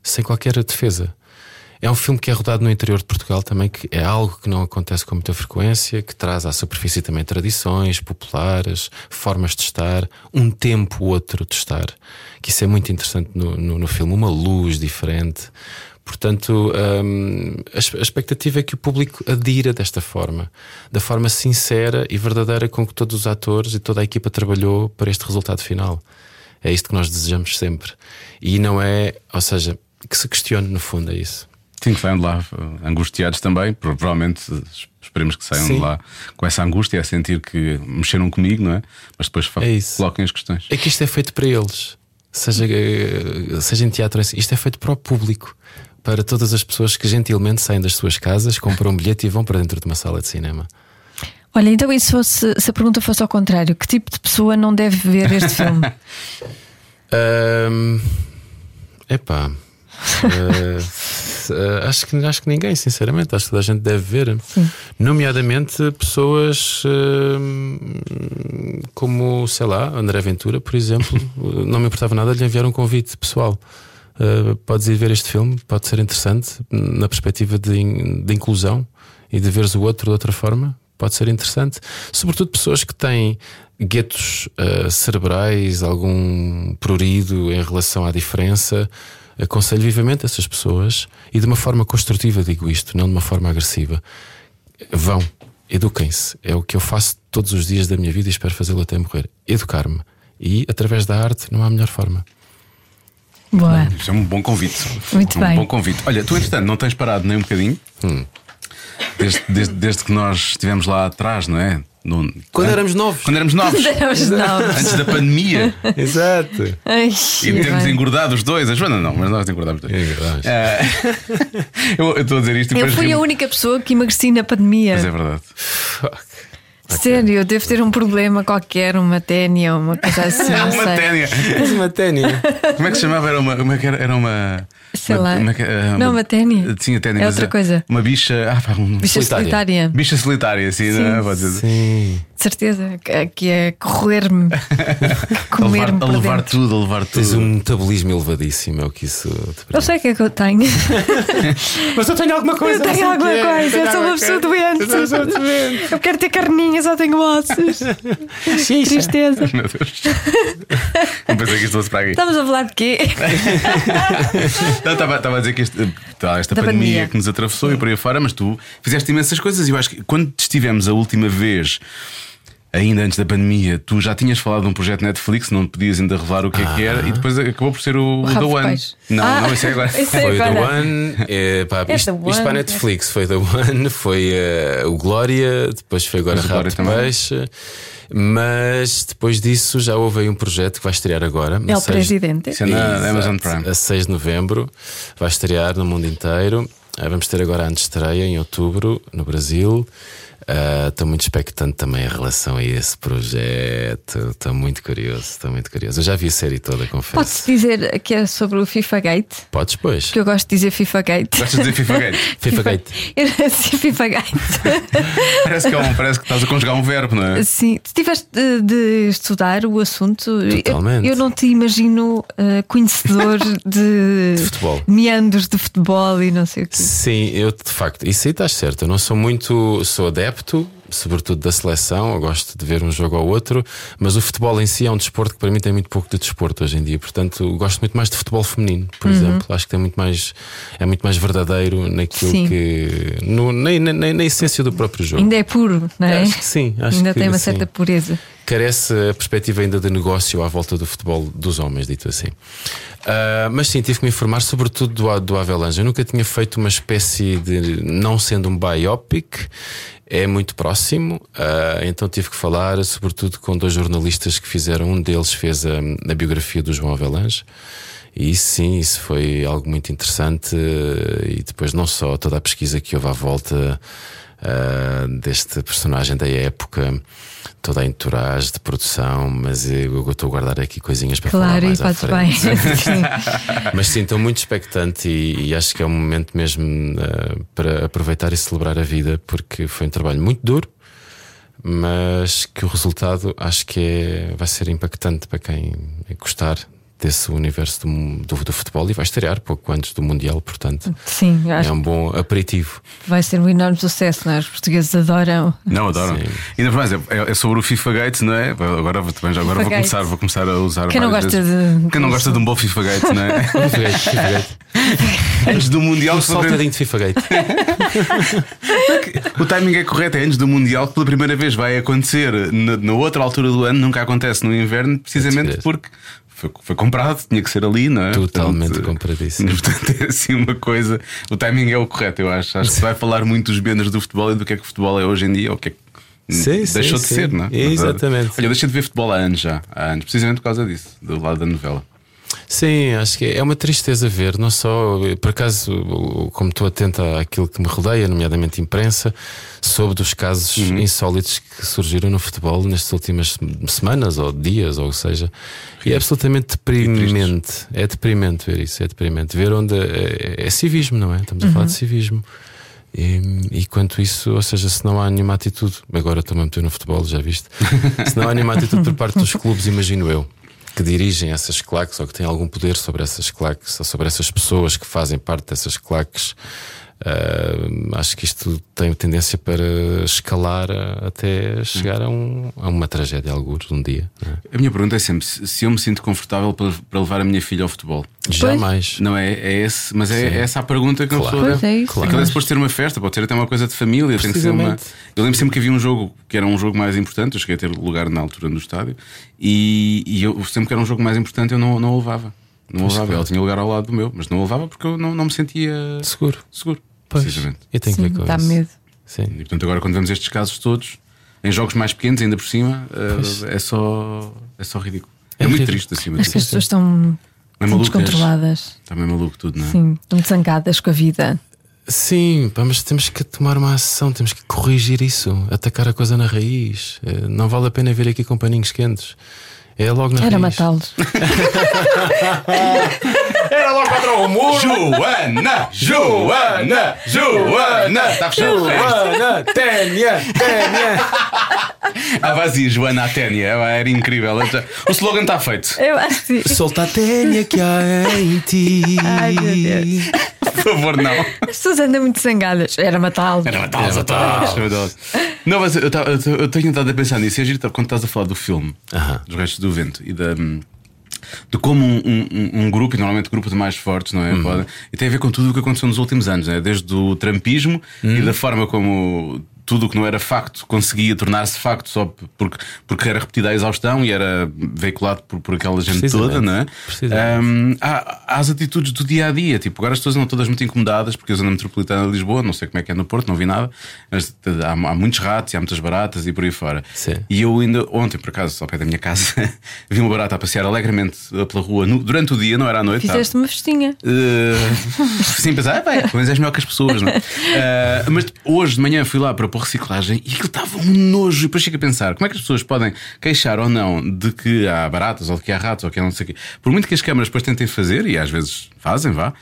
[SPEAKER 5] sem qualquer defesa. É um filme que é rodado no interior de Portugal também, que é algo que não acontece com muita frequência, que traz à superfície também tradições populares, formas de estar, um tempo outro de estar. Que isso é muito interessante no, no, no filme, uma luz diferente. Portanto, hum, a, es- a expectativa é que o público adira desta forma, da forma sincera e verdadeira com que todos os atores e toda a equipa trabalhou para este resultado final. É isto que nós desejamos sempre. E não é, ou seja, que se questione no fundo, é isso.
[SPEAKER 2] Sim, que saiam de lá eh, angustiados também. Pro- Provavelmente eh, esperemos que saiam
[SPEAKER 5] Sim.
[SPEAKER 2] de lá com essa angústia, a sentir que mexeram comigo, não é? Mas depois fa-
[SPEAKER 5] É isso.
[SPEAKER 2] coloquem as questões.
[SPEAKER 5] É que isto é feito para eles, seja, eh, seja em teatro, isto é feito para o público, para todas as pessoas que gentilmente saem das suas casas, compram um bilhete e vão para dentro de uma sala de cinema.
[SPEAKER 3] Olha, então e se, fosse- se a pergunta fosse ao contrário, que tipo de pessoa não deve ver este filme?
[SPEAKER 5] Ahm, epá. eh, eh, acho, que, acho que ninguém, sinceramente. Acho que toda a gente deve ver. Nomeadamente pessoas eh, como, sei lá, André Ventura, por exemplo. não me importava nada de lhe enviar um convite pessoal. Eh, podes ir ver este filme, pode ser interessante na perspectiva de, in- de inclusão e de veres o outro de outra forma. Pode ser interessante, sobretudo pessoas que têm guetos eh, cerebrais, algum prurido em relação à diferença. Aconselho vivamente essas pessoas e de uma forma construtiva, digo isto, não de uma forma agressiva. Vão, eduquem-se. É o que eu faço todos os dias da minha vida e espero fazê-lo até morrer. Educar-me. E através da arte não há melhor forma.
[SPEAKER 3] Boa.
[SPEAKER 2] Isto é um bom convite.
[SPEAKER 3] Muito
[SPEAKER 2] um
[SPEAKER 3] bem.
[SPEAKER 2] bom convite. Olha, tu, entretanto, não tens parado nem um bocadinho. Desde, desde- desde que nós estivemos lá atrás, não é? No-
[SPEAKER 5] Quando éramos novos.
[SPEAKER 2] Quando éramos novos. [laughs]
[SPEAKER 3] Éramos novos.
[SPEAKER 2] Antes da pandemia.
[SPEAKER 5] [laughs] Exato.
[SPEAKER 3] Ai,
[SPEAKER 2] E temos
[SPEAKER 3] bem.
[SPEAKER 2] engordado os dois. A Joana não, mas nós engordámos dois.
[SPEAKER 5] Engordámos.
[SPEAKER 2] Ah, [laughs] eu eu estou a dizer isto e
[SPEAKER 3] Eu
[SPEAKER 2] depois.
[SPEAKER 3] fui a
[SPEAKER 2] rimo.
[SPEAKER 3] única pessoa que emagreci na pandemia.
[SPEAKER 2] Mas é verdade.
[SPEAKER 3] Sério, eu devo ter um problema qualquer, uma ténia, uma
[SPEAKER 2] [laughs]
[SPEAKER 3] coisa assim. não
[SPEAKER 2] uma
[SPEAKER 3] sei.
[SPEAKER 2] ténia.
[SPEAKER 5] És uma ténia.
[SPEAKER 2] Como é que se chamava? Era uma. uma que era, era uma
[SPEAKER 3] Sei
[SPEAKER 2] uma-
[SPEAKER 3] lá.
[SPEAKER 2] uma que- ah,
[SPEAKER 3] Não, uma ténia.
[SPEAKER 2] Sim, a ténia.
[SPEAKER 3] É
[SPEAKER 2] mas
[SPEAKER 3] outra
[SPEAKER 2] a-
[SPEAKER 3] coisa.
[SPEAKER 2] Uma bicha. Ah, pá, um-
[SPEAKER 3] Bicha solitária.
[SPEAKER 5] Solitária.
[SPEAKER 2] Bicha solitária, assim,
[SPEAKER 3] Sim.
[SPEAKER 2] não é? Pode dizer.
[SPEAKER 5] Sim.
[SPEAKER 3] De certeza, que- que é
[SPEAKER 2] [laughs]
[SPEAKER 3] correr-me,
[SPEAKER 2] A levar,
[SPEAKER 3] comer-me.
[SPEAKER 2] a
[SPEAKER 3] para
[SPEAKER 2] levar
[SPEAKER 3] dentro.
[SPEAKER 2] tudo, a levar
[SPEAKER 5] Tens
[SPEAKER 2] tudo.
[SPEAKER 5] um metabolismo elevadíssimo, é o que isso te
[SPEAKER 3] Eu sei o que é que eu tenho.
[SPEAKER 5] Mas eu tenho alguma
[SPEAKER 3] Eu tenho alguma coisa, eu sou uma pessoa doente. Eu quero ter carninha, só tenho ossos. Tristeza.
[SPEAKER 2] [laughs] Meu Deus. Não pensei que isto fosse para aqui.
[SPEAKER 3] Estamos a falar de quê?
[SPEAKER 2] Não, estava, estava a dizer que este, tá, esta
[SPEAKER 3] Da
[SPEAKER 2] pandemia,
[SPEAKER 3] pandemia.
[SPEAKER 2] que nos atravessou e por aí fora, mas tu fizeste imensas coisas e eu acho que quando estivemos a última vez. Ainda antes da pandemia, tu já tinhas falado de um projeto Netflix, não podias ainda revelar o que é que
[SPEAKER 5] Ah.
[SPEAKER 2] era, e depois acabou por ser o, o The
[SPEAKER 3] rabo de
[SPEAKER 2] One.
[SPEAKER 3] peixe.
[SPEAKER 2] Não,
[SPEAKER 3] Ah,
[SPEAKER 2] não, isso é agora.
[SPEAKER 3] [laughs] isso é
[SPEAKER 5] Foi o The
[SPEAKER 3] agora.
[SPEAKER 5] One, é, pá,
[SPEAKER 3] É
[SPEAKER 5] isto,
[SPEAKER 3] The
[SPEAKER 5] isto para a
[SPEAKER 3] One.
[SPEAKER 5] Netflix foi The One, foi eh, o Glória, depois foi agora
[SPEAKER 2] Mas o Glória
[SPEAKER 5] Rato de
[SPEAKER 2] também.
[SPEAKER 5] Peixe, mas depois disso já houve aí um projeto que vai estrear agora.
[SPEAKER 3] É
[SPEAKER 5] a
[SPEAKER 3] o
[SPEAKER 5] seis-
[SPEAKER 3] presidente.
[SPEAKER 2] Isso é na
[SPEAKER 5] Exato,
[SPEAKER 2] Amazon Prime.
[SPEAKER 5] A 6 de novembro, vai estrear no mundo inteiro. Ah, Vamos ter agora a estreia em outubro no Brasil. Ah, Estou muito expectante também em relação a esse projeto. Estou muito curioso, estou muito curioso. Eu já vi a série toda,
[SPEAKER 3] Podes
[SPEAKER 5] confesso.
[SPEAKER 3] dizer que é sobre o FIFA Gate?
[SPEAKER 5] Podes, pois.
[SPEAKER 3] Que eu gosto de dizer FIFA Gate.
[SPEAKER 2] Gostas de dizer FIFA
[SPEAKER 3] [laughs]
[SPEAKER 2] Gate?
[SPEAKER 5] FIFA Gate.
[SPEAKER 3] Eu não sei FIFA Gate.
[SPEAKER 2] Parece que, é um, parece que estás a conjugar um verbo, não é?
[SPEAKER 3] Sim, se tiveste de, de estudar o assunto, eu-
[SPEAKER 5] Totalmente.
[SPEAKER 3] Eu, não te imagino eh, conhecedor de,
[SPEAKER 5] futebol.
[SPEAKER 3] meandros de futebol e não sei o quê.
[SPEAKER 5] Sim, eu de facto, isso aí estás certo. Eu não sou muito, sou adepto, sobretudo da seleção, eu gosto de ver um jogo ao outro, mas o futebol em si é um desporto que para mim tem muito pouco de desporto hoje em dia. Portanto, eu gosto muito mais de futebol feminino, por
[SPEAKER 3] Uhum.
[SPEAKER 5] exemplo. Acho que tem muito mais, é muito mais verdadeiro naquilo
[SPEAKER 3] Sim.
[SPEAKER 5] que. No, na, na- na- na essência do próprio jogo.
[SPEAKER 3] Ainda é puro, não é?
[SPEAKER 5] Acho que sim, acho
[SPEAKER 3] Ainda
[SPEAKER 5] que
[SPEAKER 3] tem uma
[SPEAKER 5] sim.
[SPEAKER 3] certa pureza.
[SPEAKER 5] Carece a perspectiva ainda de negócio à volta do futebol dos homens, dito assim. Ah, mas sim, tive que me informar sobretudo do, A- do Avalanche. Eu nunca tinha feito uma espécie de. não sendo um biopic, é muito próximo. ah, então tive que falar, sobretudo, com dois jornalistas que fizeram. Um deles fez a, a biografia do João Avelange. E isso sim, isso foi algo muito interessante. E depois, não só toda a pesquisa que houve à volta ah, deste personagem da época, toda a entourage de produção, mas eu, eu estou a guardar aqui coisinhas para falar.
[SPEAKER 3] Claro, e
[SPEAKER 5] mais à
[SPEAKER 3] fazes
[SPEAKER 5] frente.
[SPEAKER 3] bem. Sim.
[SPEAKER 5] [laughs] Mas sim, estou muito expectante e, e acho que é um momento mesmo eh, para aproveitar e celebrar a vida, porque foi um trabalho muito duro, mas que o resultado acho que é, vai ser impactante para quem gostar desse universo do, mu- do, do futebol e vai estrear pouco antes do Mundial, portanto.
[SPEAKER 3] Sim, eu acho
[SPEAKER 5] É um bom
[SPEAKER 3] [laughs]
[SPEAKER 5] aperitivo.
[SPEAKER 3] que vai ser um enorme sucesso, não é? Os portugueses adoram.
[SPEAKER 2] Não, adoro.
[SPEAKER 5] Sim.
[SPEAKER 2] Ainda mais, é, é sobre o FIFA Gate, não é? Agora, vou- também já- agora vou,
[SPEAKER 3] FIFA Gate.
[SPEAKER 2] começar, vou começar a usar.
[SPEAKER 3] Quem não
[SPEAKER 2] várias
[SPEAKER 3] gosta
[SPEAKER 2] vezes.
[SPEAKER 3] de-
[SPEAKER 2] Quem não gosta de um bom FIFA Gate, não é?
[SPEAKER 3] [laughs]
[SPEAKER 2] antes do
[SPEAKER 5] é,
[SPEAKER 2] [laughs] Mundial, pela primeira-
[SPEAKER 5] Saltadinho de FIFA Gate.
[SPEAKER 2] o timing é correto, é antes do Mundial, que pela primeira vez vai acontecer na, na outra altura do ano, nunca acontece no inverno, precisamente
[SPEAKER 5] Antes de-
[SPEAKER 2] porque foi, foi comprado, tinha que ser ali, não é?
[SPEAKER 5] Totalmente
[SPEAKER 2] Portanto,
[SPEAKER 5] compradíssimo.
[SPEAKER 2] [laughs] Portanto, é assim uma coisa. O timing é o correto, eu acho. Acho que se vai falar muito dos menos do futebol e do que é que o futebol é hoje em dia, ou o que é que.
[SPEAKER 5] Sim,
[SPEAKER 2] Deixou
[SPEAKER 5] sim,
[SPEAKER 2] de
[SPEAKER 5] sim.
[SPEAKER 2] ser, não é?
[SPEAKER 5] Exatamente.
[SPEAKER 2] Olha, eu deixei de ver futebol há anos já, há anos, precisamente por causa disso, do lado da novela.
[SPEAKER 5] Sim, acho que é uma tristeza ver, não só, por acaso, como estou atenta àquilo que me rodeia, nomeadamente imprensa, soube dos casos insólitos que surgiram no futebol nestas últimas semanas ou dias, ou seja, e é absolutamente deprimente. É deprimente ver isso, é deprimente. Ver onde é, é civismo, não é? Estamos a falar de civismo. E, e quanto isso, ou seja, se não há nenhuma atitude, agora estou-me a meter no futebol, já viste? se não há nenhuma atitude por parte dos clubes, imagino eu, que dirigem essas claques ou que têm algum poder sobre essas claques ou sobre essas pessoas que fazem parte dessas claques, ah, acho que isto tem tendência para escalar a- até chegar a, um- a uma tragédia, alguns, um dia. não é?
[SPEAKER 2] A minha pergunta é sempre se se eu me sinto confortável para, para levar a minha filha ao futebol.
[SPEAKER 5] Jamais.
[SPEAKER 2] Não é, é esse, mas é, é essa a pergunta que uma
[SPEAKER 5] Claro.
[SPEAKER 2] pessoa
[SPEAKER 3] Pois
[SPEAKER 2] deve.
[SPEAKER 3] é isso.
[SPEAKER 2] Aquilo é suposto ter uma festa, pode ter até uma coisa de família, tem que ser uma.
[SPEAKER 5] Precisamente.
[SPEAKER 2] Eu lembro sempre que havia um jogo que era um jogo mais importante, eu cheguei a ter lugar na altura no estádio, e, e eu sempre que era um jogo mais importante eu não, não o levava. Não o levava,
[SPEAKER 5] claro.
[SPEAKER 2] ela tinha lugar ao lado do meu, mas não o levava porque eu não, não me sentia
[SPEAKER 5] Seguro.
[SPEAKER 2] seguro.
[SPEAKER 5] Pois.
[SPEAKER 2] Precisamente.
[SPEAKER 5] E tem que ver
[SPEAKER 3] Sim,
[SPEAKER 5] com
[SPEAKER 3] dá
[SPEAKER 5] isso.
[SPEAKER 3] medo.
[SPEAKER 5] Sim.
[SPEAKER 2] E portanto, agora quando vemos estes casos todos, em jogos mais pequenos, ainda por cima, eh, é só, é só ridículo. É,
[SPEAKER 5] É
[SPEAKER 2] muito
[SPEAKER 5] ridículo.
[SPEAKER 2] triste acima de
[SPEAKER 3] Acho que
[SPEAKER 2] tudo.
[SPEAKER 3] as pessoas estão,
[SPEAKER 2] É
[SPEAKER 3] estão
[SPEAKER 2] maluco,
[SPEAKER 3] descontroladas.
[SPEAKER 2] Está meio maluco tudo, não é?
[SPEAKER 3] Sim, estão zangadas com a vida.
[SPEAKER 5] Sim, pá, mas temos que tomar uma ação, temos que corrigir isso, atacar a coisa na raiz. Eh, Não vale a pena vir aqui com paninhos quentes. É logo na
[SPEAKER 3] Era
[SPEAKER 2] [laughs]
[SPEAKER 5] raiz.
[SPEAKER 3] matá-los.
[SPEAKER 2] Era logo contra o muro! Joana! Joana! Joana! Está fechado
[SPEAKER 5] Joana, Ténia, Ténia.
[SPEAKER 2] A vazia, Joana Aténia. é, Era incrível. Ela já- O slogan está feito.
[SPEAKER 3] Eu acho que sim.
[SPEAKER 5] Solta a Ténia que há em ti.
[SPEAKER 3] Ai, meu Deus.
[SPEAKER 2] Por favor, não.
[SPEAKER 3] As pessoas andam muito zangadas. Era matá-los.
[SPEAKER 2] Era matá-los, matá-los, matá-los. Não, mas eu, tava- eu, tô- eu tenho estado a pensar nisso. É giro tá, quando estás a falar do filme,
[SPEAKER 5] Aham.
[SPEAKER 2] dos restos do vento e da. hum, De como um, um- um- um grupo, e normalmente grupo de mais fortes, não é?
[SPEAKER 5] Uhum.
[SPEAKER 2] Pode- e tem a ver com tudo o que aconteceu nos últimos anos, não é? desde o Trumpismo
[SPEAKER 5] Uhum.
[SPEAKER 2] e da forma como tudo o que não era facto conseguia tornar-se facto só p- porque, porque era repetido à exaustão e era veiculado por, por aquela gente
[SPEAKER 5] Precisamente.
[SPEAKER 2] toda, não é?
[SPEAKER 5] Precisamente.
[SPEAKER 2] Hum, há, há as atitudes do dia a dia. Tipo, agora as pessoas andam todas muito incomodadas porque eu ando na metropolitana de Lisboa, não sei como é que é no Porto, não vi nada. Mas t- há, há muitos ratos e há muitas baratas e por aí fora.
[SPEAKER 5] Sim.
[SPEAKER 2] E eu ainda, ontem, por acaso, ao pé da minha casa, [laughs] vi uma barata a passear alegremente pela rua no- durante o dia, não era à noite. tá?
[SPEAKER 3] Fizeste uma festinha.
[SPEAKER 2] Uh, [laughs] sim, mas ah, bem, pelo menos és melhor que as pessoas, não é? Uh, mas hoje de manhã fui lá para pôr reciclagem e aquilo estava um nojo. E depois chego a pensar: como é que as pessoas podem queixar ou não de que há baratas ou de que há ratos ou que há não sei o quê? Por muito que as câmaras depois tentem fazer, e às vezes fazem, vá.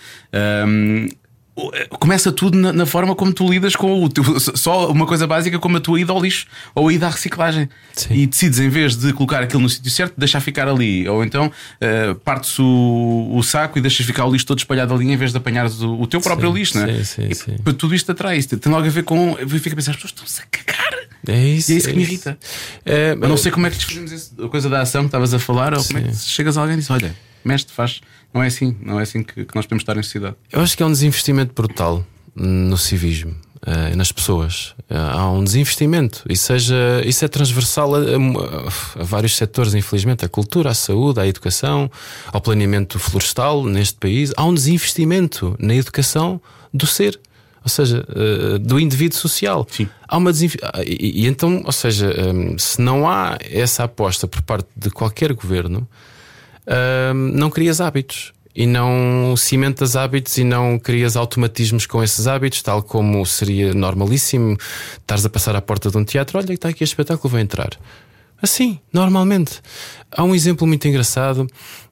[SPEAKER 2] um, o- eh, Começa tudo na, na forma como tu lidas com o teu, só uma coisa básica como a tua ida ao lixo ou a ida à reciclagem.
[SPEAKER 5] Sim.
[SPEAKER 2] E e decides, em vez de colocar aquilo no sítio certo, deixar ficar ali. Ou então eh, partes o, o saco e deixas ficar o lixo todo espalhado ali, em vez de apanhares o, o teu próprio lixo, não é?
[SPEAKER 5] sim, sim,
[SPEAKER 2] E
[SPEAKER 5] sim.
[SPEAKER 2] p- Tudo isto atrai isto. Tem logo a ver com. Eu fico a pensar, as pessoas estão-se a cagar.
[SPEAKER 5] É isso.
[SPEAKER 2] E é isso que me irrita.
[SPEAKER 5] É,
[SPEAKER 2] Eu não sei como é que lhes fazemos isso, a coisa da ação que estavas a falar, ou como é que chegas a alguém e dizes, olha, mestre, faz. Não é assim, não é assim que, que nós podemos estar em sociedade.
[SPEAKER 5] Eu acho que é um desinvestimento brutal no civismo, eh, nas pessoas. Eh, há um desinvestimento e seja isso é transversal a, a- a vários setores, infelizmente, à cultura, à saúde, à educação, ao planeamento florestal neste país. Há um desinvestimento na educação do ser. Ou seja, eh, do indivíduo social.
[SPEAKER 2] Sim.
[SPEAKER 5] Há uma desinv- ah, e, e então, ou seja, eh, se não há essa aposta por parte de qualquer governo, Hum, não crias hábitos e não cimentas hábitos e não crias automatismos com esses hábitos, tal como seria normalíssimo estares a passar à porta de um teatro, olha, está aqui este espetáculo, vou entrar. Assim, normalmente. Há um exemplo muito engraçado.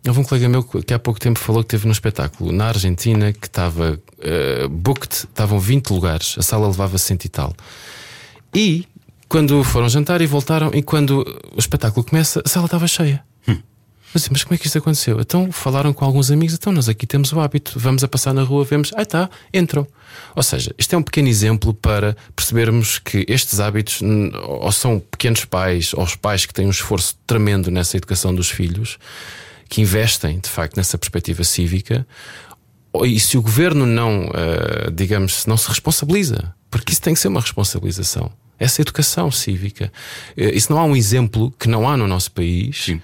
[SPEAKER 5] Houve um colega meu que há pouco tempo falou que teve num espetáculo na Argentina que estava eh, booked, estavam 20 lugares, a sala levava cento e tal. E quando foram jantar e voltaram, e quando o espetáculo começa, a sala estava cheia. Mas, mas como é que isto aconteceu? Então falaram com alguns amigos, então nós aqui temos o hábito, vamos a passar na rua, vemos, ah tá, entram. Ou seja, isto é um pequeno exemplo para percebermos que estes hábitos hum, ou são pequenos pais, ou os pais que têm um esforço tremendo nessa educação dos filhos, que investem de facto nessa perspectiva cívica, ou- Oh, E se o governo não, eh, digamos, não se responsabiliza, porque isso tem que ser uma responsabilização. Essa é educação cívica. Eh, E se não há um exemplo que não há no nosso país,
[SPEAKER 2] Sim.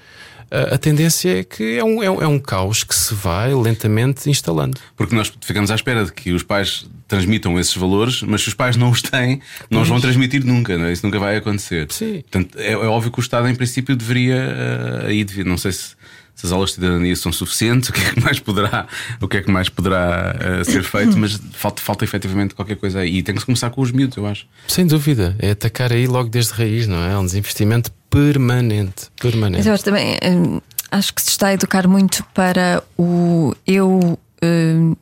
[SPEAKER 5] eh, a tendência é que é um, é, um, é um caos que se vai lentamente instalando.
[SPEAKER 2] Porque nós ficamos à espera de que os pais transmitam esses valores, mas se os pais não os têm, não os vão transmitir nunca, não é? Isso nunca vai acontecer.
[SPEAKER 5] Sim.
[SPEAKER 2] Portanto, é, é óbvio que o Estado, em princípio, deveria. eh, aí devia, não sei se. se as aulas de cidadania são suficientes, [laughs] o que é que mais poderá, o que é que mais poderá eh, ser feito, mas falta, falta efetivamente qualquer coisa aí. E tem que se começar com os miúdos, eu acho.
[SPEAKER 5] Sem dúvida, é atacar aí logo desde raiz, não é? É um desinvestimento permanente.
[SPEAKER 3] Mas
[SPEAKER 5] Permanente.
[SPEAKER 3] eu também hum, acho que se está a educar muito para o eu, hum,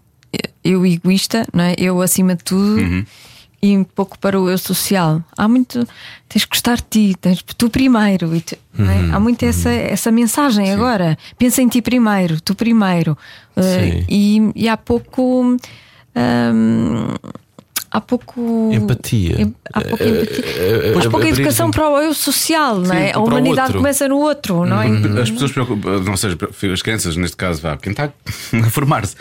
[SPEAKER 3] eu egoísta, não é? eu acima de tudo.
[SPEAKER 5] Uhum.
[SPEAKER 3] E um pouco para o eu social. Há muito. Tens que gostar de ti, tens tu primeiro. e tu- não é?
[SPEAKER 5] Uhum.
[SPEAKER 3] Há muito essa, essa mensagem agora. Pensa em ti primeiro, tu primeiro. Uh,
[SPEAKER 5] Sim.
[SPEAKER 3] e, e há pouco. hum, há pouco.
[SPEAKER 5] Empatia.
[SPEAKER 3] em- Há pouca empatia.
[SPEAKER 5] Eh, eh,
[SPEAKER 3] Há pouca
[SPEAKER 5] abrir-
[SPEAKER 3] educação para o eu social, não é?
[SPEAKER 5] para
[SPEAKER 3] A
[SPEAKER 5] o
[SPEAKER 3] humanidade
[SPEAKER 5] outro.
[SPEAKER 3] começa no outro, não é?
[SPEAKER 2] As pessoas preocupam, não seja, as crianças, neste caso, vá, quem está [laughs] a formar-se.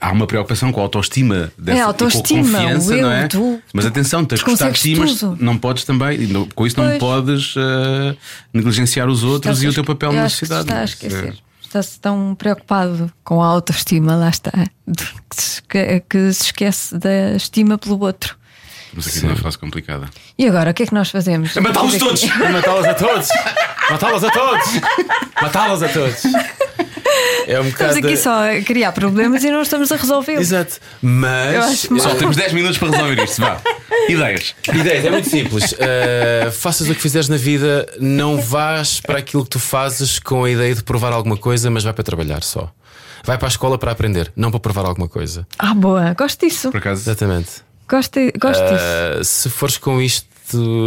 [SPEAKER 2] Há uma preocupação com a autoestima dessa
[SPEAKER 3] É, a autoestima,
[SPEAKER 2] e com a confiança,
[SPEAKER 3] o eu,
[SPEAKER 2] não é?
[SPEAKER 3] tu-
[SPEAKER 2] mas atenção, tens
[SPEAKER 3] tu
[SPEAKER 2] que gostar de ti,
[SPEAKER 3] consegues
[SPEAKER 2] mas
[SPEAKER 3] tudo.
[SPEAKER 2] não podes também, e não- com isso não
[SPEAKER 3] Pois.
[SPEAKER 2] podes eh, negligenciar os outros
[SPEAKER 3] Estás
[SPEAKER 2] e
[SPEAKER 3] a
[SPEAKER 2] o teu
[SPEAKER 3] esque-
[SPEAKER 2] papel
[SPEAKER 3] eu
[SPEAKER 2] na
[SPEAKER 3] acho que se
[SPEAKER 2] sociedade.
[SPEAKER 3] Está a
[SPEAKER 2] não é?
[SPEAKER 3] esquecer. Está-se tão preocupado com a autoestima, lá está, de- que se, esque- que se esquece da estima pelo outro.
[SPEAKER 2] Mas aqui é uma frase complicada.
[SPEAKER 3] E agora, o que é que nós fazemos?
[SPEAKER 2] É [laughs] matá-los todos!
[SPEAKER 5] Para matá-las a todos! Matá-las a todos! Matá-las a
[SPEAKER 3] [laughs]
[SPEAKER 5] todos! É um bocado.
[SPEAKER 3] Estamos aqui só a criar problemas e não estamos a resolvê-los.
[SPEAKER 5] Exato.
[SPEAKER 3] Eu
[SPEAKER 5] Mas.
[SPEAKER 3] acho mal.
[SPEAKER 2] Só temos 10 minutos para resolver isto,
[SPEAKER 3] [laughs]
[SPEAKER 2] vá. Ideias.
[SPEAKER 5] Ideias, é muito simples. Uh, faças o que fizeres na vida, não vás para aquilo que tu fazes com a ideia de provar alguma coisa, mas vai para trabalhar só. Vai para a escola para aprender, não para provar alguma coisa.
[SPEAKER 3] Ah, boa, gosto disso.
[SPEAKER 2] Por acaso,
[SPEAKER 5] Exatamente.
[SPEAKER 3] Gosto, gosto
[SPEAKER 2] Ah.
[SPEAKER 3] disso.
[SPEAKER 5] Uh, se fores com isto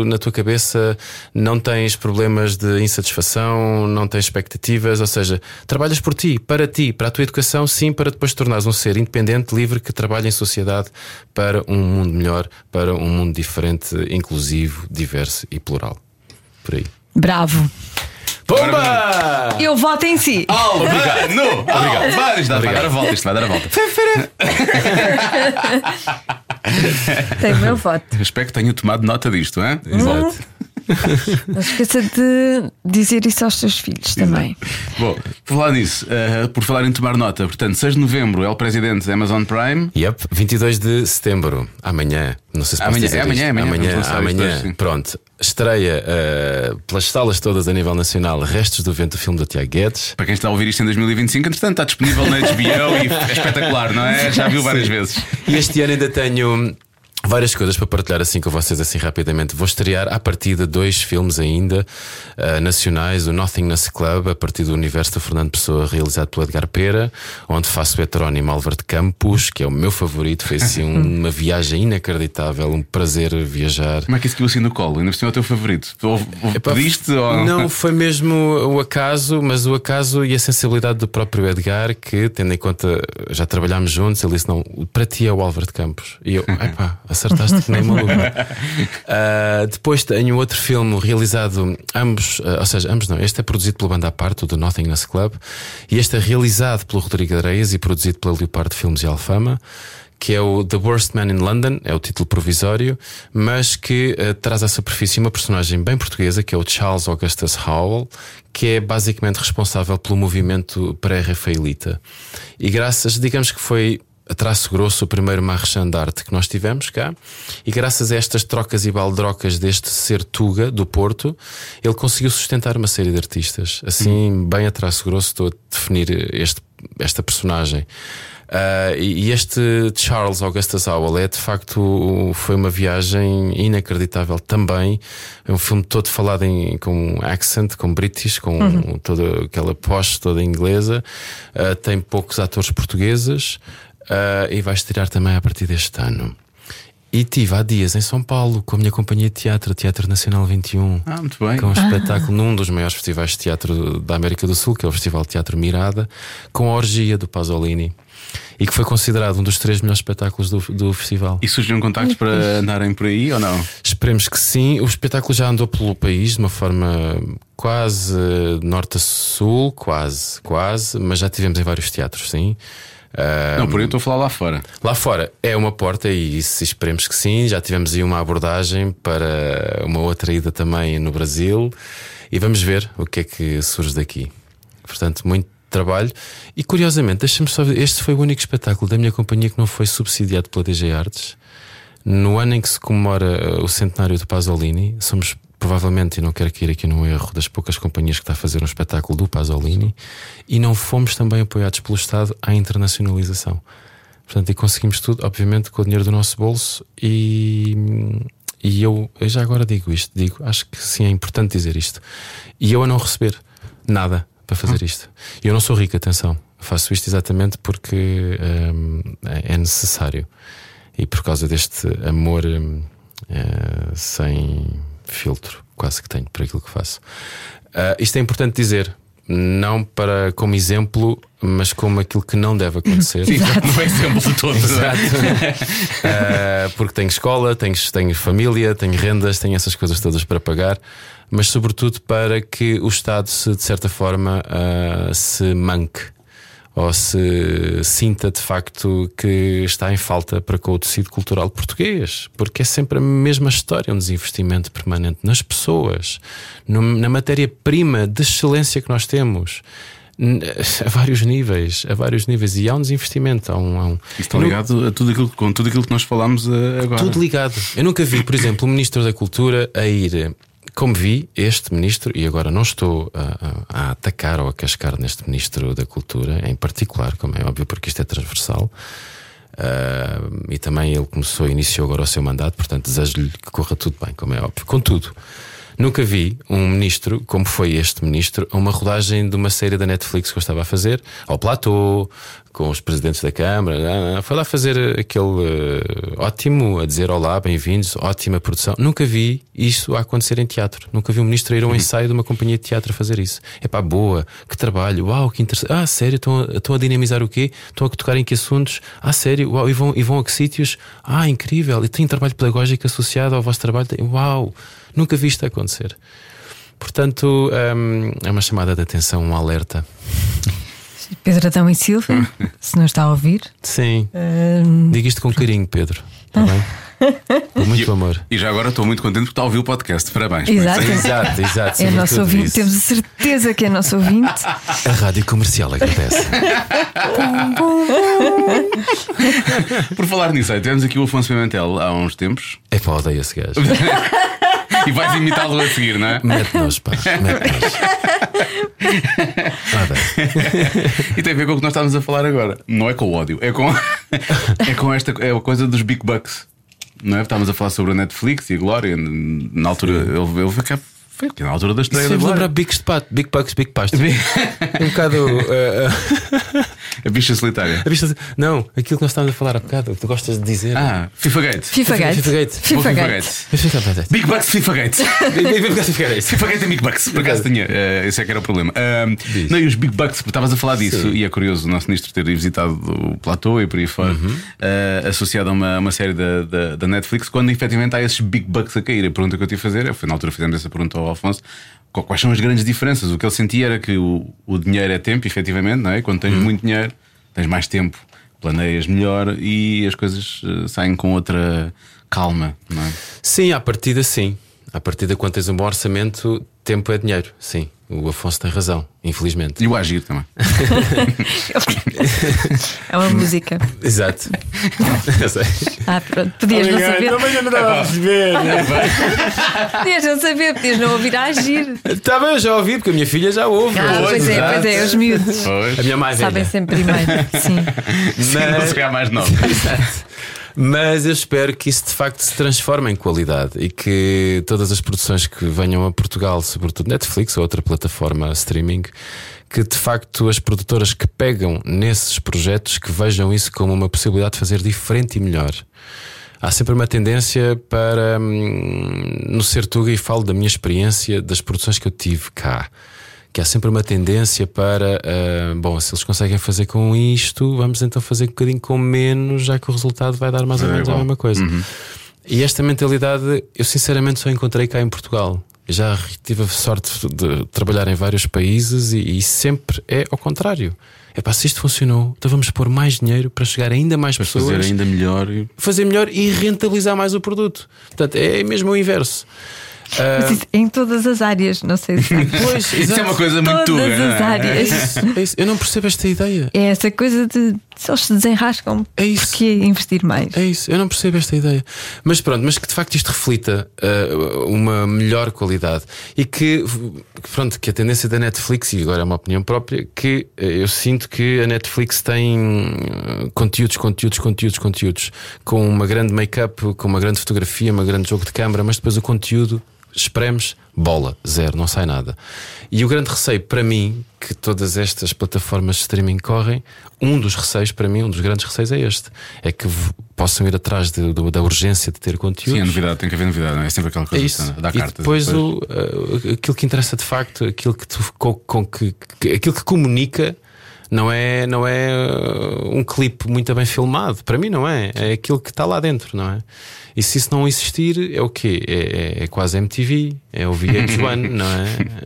[SPEAKER 5] na tua cabeça, não tens problemas de insatisfação, não tens expectativas, ou seja, trabalhas por ti, para ti, para a tua educação, sim, para depois te tornares um ser independente, livre, que trabalha em sociedade para um mundo melhor, para um mundo diferente, inclusivo, diverso e plural. Por aí.
[SPEAKER 3] Bravo.
[SPEAKER 5] Bomba!
[SPEAKER 3] Eu voto em si.
[SPEAKER 2] Ah. Obrigado. No. Obrigado. Vai, isto dá- vai dar a volta, isto vai dar a [laughs] volta.
[SPEAKER 3] Tem o meu voto.
[SPEAKER 2] Espero que tenham tomado nota disto, hein?
[SPEAKER 5] Exato.
[SPEAKER 3] Não se esqueça de dizer isso aos seus filhos também.
[SPEAKER 2] Bom, por falar nisso, eh, por falar em tomar nota, portanto, 6 de novembro, El Presidente Amazon Prime.
[SPEAKER 5] Yep, 22 de setembro, amanhã, não sei se posso
[SPEAKER 2] Amanhã,
[SPEAKER 5] dizer
[SPEAKER 2] é amanhã,
[SPEAKER 5] isto.
[SPEAKER 2] é amanhã,
[SPEAKER 5] amanhã,
[SPEAKER 2] vamos lançar isto
[SPEAKER 5] amanhã,
[SPEAKER 2] hoje, sim.
[SPEAKER 5] pronto, estreia eh, pelas salas todas a nível nacional Restos do Vento, o filme do Tiago Guedes.
[SPEAKER 2] Para quem está a ouvir isto em 2025, entretanto, está disponível na HBO e é espetacular, não é? Já viu várias
[SPEAKER 5] Sim.
[SPEAKER 2] vezes.
[SPEAKER 5] E este ano ainda tenho várias coisas para partilhar assim com vocês, assim rapidamente. Vou estrear à partida dois filmes ainda eh, nacionais: o Nothingness Club, a partir do universo do Fernando Pessoa, realizado pelo Edgar Pera, onde faço o heterónimo Álvaro de Campos, que é o meu favorito. Foi
[SPEAKER 2] [laughs]
[SPEAKER 5] assim uma viagem inacreditável, um prazer viajar.
[SPEAKER 2] Como é que isso caiu assim no colo? Ainda por cima é o teu favorito. Ou, ou
[SPEAKER 5] Epá,
[SPEAKER 2] É pediste ou [laughs]
[SPEAKER 5] Não, foi mesmo o acaso, mas o acaso e a sensibilidade do próprio Edgar, que tendo em conta já trabalhámos juntos, ele disse: Não, para ti é o Álvaro de Campos. E eu, epá, acertaste que nem maluco.
[SPEAKER 2] [laughs]
[SPEAKER 5] Ah, depois tenho outro filme realizado, ambos, ah, ou seja, ambos não, este é produzido pela banda à parte, o do Nothingness Club, e este é realizado pelo Rodrigo Areias e produzido pela Leopardo Filmes e Alfama que é o The Worst Man in London, é o título provisório, mas que eh, traz à superfície uma personagem bem portuguesa, que é o Charles Augustus Howell, que é basicamente responsável pelo movimento pré-rafaelita. E graças, digamos que foi a traço grosso o primeiro marchand de arte que nós tivemos cá, e graças a estas trocas e baldrocas deste ser Tuga do Porto, ele conseguiu sustentar uma série de artistas. Assim, bem a traço grosso, estou a definir este esta personagem. Ah, e e este Charles Augustus Howell é de facto o- foi uma viagem inacreditável também. É um filme todo falado em, com um accent, com british, com toda aquela posse toda inglesa. Ah, tem poucos atores portugueses ah, e vai estrear também a partir deste ano. E tive há dias em São Paulo com a minha companhia de teatro, Teatro Nacional 21
[SPEAKER 2] Ah, muito bem.
[SPEAKER 5] com um
[SPEAKER 2] [laughs]
[SPEAKER 5] espetáculo num dos maiores festivais de teatro da América do Sul, que é o Festival de Teatro Mirada, com a orgia do Pasolini. E que foi considerado um dos três melhores espetáculos do, do festival.
[SPEAKER 2] E surgiram contactos para andarem por aí ou não?
[SPEAKER 5] Esperemos que sim. O espetáculo já andou pelo país de uma forma quase eh, norte a sul, quase, quase, mas já tivemos em vários teatros, sim. Ah,
[SPEAKER 2] Não, por aí eu estou a falar lá fora.
[SPEAKER 5] Lá fora é uma porta e se esperemos que sim. Já tivemos aí uma abordagem para uma outra ida também no Brasil e vamos ver o que é que surge daqui. Portanto, muito trabalho. E curiosamente, deixa-me só ver, este foi o único espetáculo da minha companhia que não foi subsidiado uh, pela DG Artes. No ano em que se comemora eh, o centenário do Pasolini, somos provavelmente, e não quero cair aqui num erro, das poucas companhias que está a fazer um espetáculo do Pasolini, e não fomos também apoiados pelo Estado à internacionalização. Portanto, e conseguimos tudo, obviamente, com o dinheiro do nosso bolso. E, hum, e eu, eu já agora digo isto, digo, acho que sim, é importante dizer isto. E eu a não receber nada para fazer isto. E Eu não sou rico, atenção. Faço isto exatamente porque hum, é é necessário. E por causa deste amor hum, eh, sem filtro, quase que tenho por aquilo que faço. Ah, isto é importante dizer. Não para como exemplo, mas como aquilo que não deve acontecer.
[SPEAKER 2] Não é exemplo de todos. não é?
[SPEAKER 5] Exato. Eh, porque tenho escola, tenho, tenho família, tenho rendas, tenho essas coisas todas para pagar, mas sobretudo para que o Estado se, de certa forma, ah, se manque ou se sinta de facto que está em falta para com o tecido cultural português, porque é sempre a mesma história, um desinvestimento permanente nas pessoas, no- na matéria-prima de excelência que nós temos. n- A vários níveis, a vários níveis, e há um desinvestimento. Há um, há um...
[SPEAKER 2] Isto está
[SPEAKER 5] Eu nu-
[SPEAKER 2] ligado a tudo aquilo, com tudo aquilo que nós falámos eh, agora.
[SPEAKER 5] tudo ligado. Eu nunca vi, por exemplo, o Ministro da Cultura a ir. eh, Como vi este Ministro, e agora não estou a, a- a atacar ou a cascar neste Ministro da Cultura, em particular, como é óbvio, porque isto é transversal. ah, e também ele começou, iniciou agora o seu mandato, portanto desejo-lhe que corra tudo bem, como é óbvio. Contudo, nunca vi um ministro, como foi este ministro, a uma rodagem de uma série da Netflix que eu estava a fazer, ao platô, com os presidentes da Câmara. ah, ah, Foi lá fazer aquele eh, ótimo, a dizer olá, bem-vindos, ótima produção. Nunca vi isso a acontecer em teatro. Nunca vi um ministro ir a um ensaio de uma companhia de teatro a fazer isso. É pá, boa, que trabalho, uau, que interessante. Ah, sério, estão a, estão a dinamizar o quê? Estão a tocar em que assuntos? Ah, sério, uau, e vão, e vão a que sítios? Ah, incrível, e tem trabalho pedagógico associado ao vosso trabalho? Uau, nunca vi isto acontecer. Portanto, hum, é uma chamada de atenção, um alerta.
[SPEAKER 3] Pedro Adão
[SPEAKER 2] [laughs]
[SPEAKER 3] e Silva, se não está a ouvir.
[SPEAKER 5] Sim,
[SPEAKER 3] Ahm,
[SPEAKER 5] diga isto com carinho, Pedro. Está bem? [laughs] Com muito amor.
[SPEAKER 2] E já agora estou muito contente porque está a ouvir o podcast. Parabéns.
[SPEAKER 3] Exato.
[SPEAKER 5] Exato, exato.
[SPEAKER 3] é
[SPEAKER 5] sobretudo
[SPEAKER 3] nosso ouvinte,
[SPEAKER 5] isso.
[SPEAKER 3] temos a certeza que é nosso ouvinte.
[SPEAKER 5] A rádio comercial agradece.
[SPEAKER 2] Por falar nisso, aí, tivemos aqui o Afonso Pimentel há uns tempos
[SPEAKER 5] É pá, odeio esse gajo.
[SPEAKER 2] e vais imitá-lo a seguir, não é?
[SPEAKER 5] Mete-nos, pá. [laughs] Mete-nos. Ah, bem.
[SPEAKER 2] E tem a ver com o que nós estávamos a falar agora. Não é com o ódio, é com, [laughs] é com esta é a coisa dos Big Bucks. Não é? Estávamos a falar sobre a Netflix e a Glória. Na altura, ele, ele foi cá. Foi aqui na altura da estreia da
[SPEAKER 5] Sempre lembrar
[SPEAKER 2] Glória.
[SPEAKER 5] bicos de pato, big pucks, big pastos. Um bocado. eh,
[SPEAKER 2] A bicha solitária.
[SPEAKER 5] a vista de- Não, aquilo que nós estávamos a falar há bocado, o que tu gostas de dizer.
[SPEAKER 2] Ah, FIFA Gate.
[SPEAKER 3] FIFA Gate.
[SPEAKER 5] FIFA Gate.
[SPEAKER 2] Vou
[SPEAKER 3] FIFA Gate.
[SPEAKER 5] Eu fico a pensar,
[SPEAKER 2] Big Bucks, FIFA Gate.
[SPEAKER 5] "Big- big bucks, big guys."
[SPEAKER 2] FIFA Gate é Big Bucks, por acaso tinha. eh, esse é que era o problema. Ahm, não, e os Big Bucks, estavas a falar disso,
[SPEAKER 5] Sim.
[SPEAKER 2] e é curioso o nosso ministro ter visitado o Platô e por aí fora, eh, associado a uma, uma série da, da, da Netflix, quando efetivamente há esses Big Bucks a cair. A pergunta que eu tive a fazer, eu fui na altura fizemos essa pergunta ao Alfonso. qu- Quais são as grandes diferenças? O que ele sentia era que o, o dinheiro é tempo, efetivamente, não é? Quando tens muito dinheiro, tens mais tempo, planeias melhor e as coisas eh, saem com outra calma, não é?
[SPEAKER 5] Sim, à partida, sim. À partida, quando tens um bom orçamento, tempo é dinheiro. Sim, o Afonso tem razão, infelizmente.
[SPEAKER 2] E o agir também.
[SPEAKER 3] É uma música.
[SPEAKER 5] Exato. Eu sei.
[SPEAKER 3] Ah, pronto. Podias não saber. Podias não saber, podias não ouvir a agir.
[SPEAKER 5] Tá bem, eu já ouvi, porque a minha filha já ouve.
[SPEAKER 3] Ah, pois é, pois é, os miúdos.
[SPEAKER 2] Pois.
[SPEAKER 5] A minha mais velha.
[SPEAKER 3] Sabem sempre primeiro. Sim.
[SPEAKER 2] Sim, [laughs]
[SPEAKER 5] Mas-
[SPEAKER 2] não será mais nova.
[SPEAKER 5] Mas eu espero que isso de facto se transforme em qualidade e que todas as produções que venham a Portugal, sobretudo Netflix ou outra plataforma streaming, que de facto as produtoras que pegam nesses projetos que vejam isso como uma possibilidade de fazer diferente e melhor. Há sempre uma tendência para, hum, no ser Tuga, e falo da minha experiência das produções que eu tive cá que há sempre uma tendência para ah, bom, se eles conseguem fazer com isto, vamos então fazer um bocadinho com menos, já que o resultado vai dar mais ou
[SPEAKER 2] Vai dar É igual.
[SPEAKER 5] menos a
[SPEAKER 2] Uhum.
[SPEAKER 5] mesma coisa. E esta mentalidade eu sinceramente só encontrei cá em Portugal. Já tive a sorte de trabalhar em vários países e, e sempre é ao contrário. É pá, se isto funcionou, então vamos pôr mais dinheiro para chegar a ainda mais pessoas
[SPEAKER 2] fazer ainda melhor. e-
[SPEAKER 5] fazer melhor e rentabilizar mais o produto. Portanto, é mesmo o inverso. Ah,
[SPEAKER 3] Mas isso é em todas as áreas, não sei se sabes.
[SPEAKER 2] [laughs]
[SPEAKER 5] Pois,
[SPEAKER 2] Isso é uma coisa muito
[SPEAKER 3] todas
[SPEAKER 2] tua. não
[SPEAKER 3] as
[SPEAKER 2] é?
[SPEAKER 3] áreas.
[SPEAKER 5] É isso. Eu não percebo esta ideia.
[SPEAKER 3] É essa coisa de se eles se desenrascam,
[SPEAKER 5] É isso.
[SPEAKER 3] porque investir mais?
[SPEAKER 5] É isso, eu não percebo esta ideia. Mas pronto, mas que de facto isto reflita ah, uma melhor qualidade. E que, que pronto, que a tendência da Netflix, e agora é uma opinião própria, que ah, eu sinto que a Netflix tem ah, conteúdos, conteúdos, conteúdos, conteúdos, com uma grande make-up, com uma grande fotografia, um grande jogo de câmara, mas depois o conteúdo espremes, bola, zero, não sai nada. E o grande receio para mim, que todas estas plataformas de streaming correm, um dos receios para mim, um dos grandes receios é este: é que v- possam ir atrás de- do- da urgência de ter
[SPEAKER 2] Sim, é
[SPEAKER 5] conteúdo.
[SPEAKER 2] novidade, tem que haver novidade, não é? É sempre aquela
[SPEAKER 5] É
[SPEAKER 2] coisa
[SPEAKER 5] isso.
[SPEAKER 2] que dá
[SPEAKER 5] e
[SPEAKER 2] cartas.
[SPEAKER 5] depois, o- a- aquilo que interessa de facto, aquilo que, tu- com, com que, que- aquilo que comunica. Não é, não é uh, um clipe muito bem filmado, para mim não é. É aquilo que está lá dentro, não é? E se isso não existir, é o quê? É, é- é quase MTV, é
[SPEAKER 2] [laughs]
[SPEAKER 5] o VH1, não é?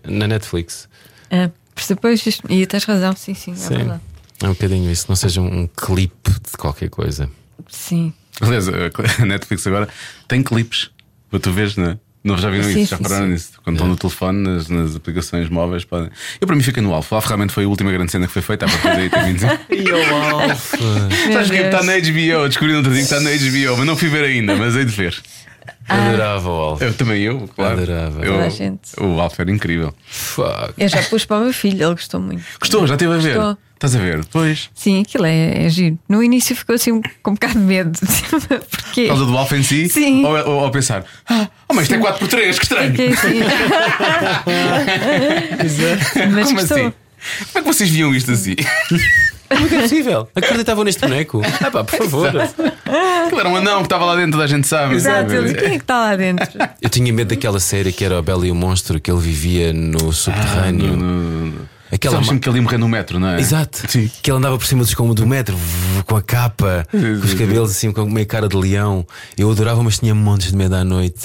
[SPEAKER 5] Na Netflix.
[SPEAKER 3] É, por depois, isto- e tens razão, sim, sim, é verdade.
[SPEAKER 5] É um bocadinho isso, não seja um, um clipe de qualquer coisa.
[SPEAKER 3] Sim.
[SPEAKER 2] Aliás, a Netflix agora tem clipes para tu veres, não é? Não, já viram
[SPEAKER 3] Sim,
[SPEAKER 2] isso, já
[SPEAKER 3] sim,
[SPEAKER 2] pararam
[SPEAKER 3] sim.
[SPEAKER 2] nisso. Quando estão no telefone, nas, nas aplicações móveis, podem. Eu para mim fica no Alfa. O Alfa realmente foi a última grande cena que foi feita, a partir daí
[SPEAKER 3] [laughs]
[SPEAKER 2] tem 25. Sabes que
[SPEAKER 3] Meu
[SPEAKER 2] está na
[SPEAKER 3] Deus.
[SPEAKER 2] HBO, descobri no outro dia que está na HBO, mas não fui ver ainda, mas hei de ver.
[SPEAKER 3] Ah.
[SPEAKER 5] Adorava o Alf.
[SPEAKER 2] Eu também, eu, claro.
[SPEAKER 5] Adorava.
[SPEAKER 2] Eu-
[SPEAKER 3] Toda a gente.
[SPEAKER 2] O Alfa era incrível.
[SPEAKER 5] Fuck.
[SPEAKER 3] Eu já pus para o meu filho, ele gostou muito.
[SPEAKER 2] Gostou, já estive a ver.
[SPEAKER 3] Gostou.
[SPEAKER 2] Estás a ver? Pois.
[SPEAKER 3] Sim, aquilo é, é giro. No início ficou assim um- com um bocado de medo. [laughs] Porquê?
[SPEAKER 2] Por causa do Alfa em si?
[SPEAKER 3] Sim.
[SPEAKER 2] Ou, ou, ou pensar, ah, oh, mas isto é 4x3, que estranho.
[SPEAKER 3] Fiquei assim.
[SPEAKER 2] [laughs]
[SPEAKER 3] Mas
[SPEAKER 2] Como
[SPEAKER 3] gostou.
[SPEAKER 2] assim? Como é que vocês viam isto assim?
[SPEAKER 5] Como é que é possível? Acreditavam neste boneco? Ah pá, por favor.
[SPEAKER 2] [laughs] Aquilo era um anão que estava lá dentro, toda a gente sabe.
[SPEAKER 3] Exato,
[SPEAKER 2] sabe?
[SPEAKER 3] ele quem é que está lá dentro?
[SPEAKER 5] Eu tinha medo daquela série que era o Belo e o Monstro, que ele vivia no
[SPEAKER 2] É.
[SPEAKER 5] subterrâneo.
[SPEAKER 2] Ah,
[SPEAKER 5] Aquela
[SPEAKER 2] Sabes
[SPEAKER 5] ma-
[SPEAKER 2] sempre que ele ia morrer no metro, não é?
[SPEAKER 5] Exato.
[SPEAKER 2] Sim.
[SPEAKER 5] Que ele andava por cima dos como do metro, v- com a capa, com os
[SPEAKER 2] sim,
[SPEAKER 5] cabelos assim, com meio cara de leão. Eu adorava, mas tinha montes de medo à [laughs] noite.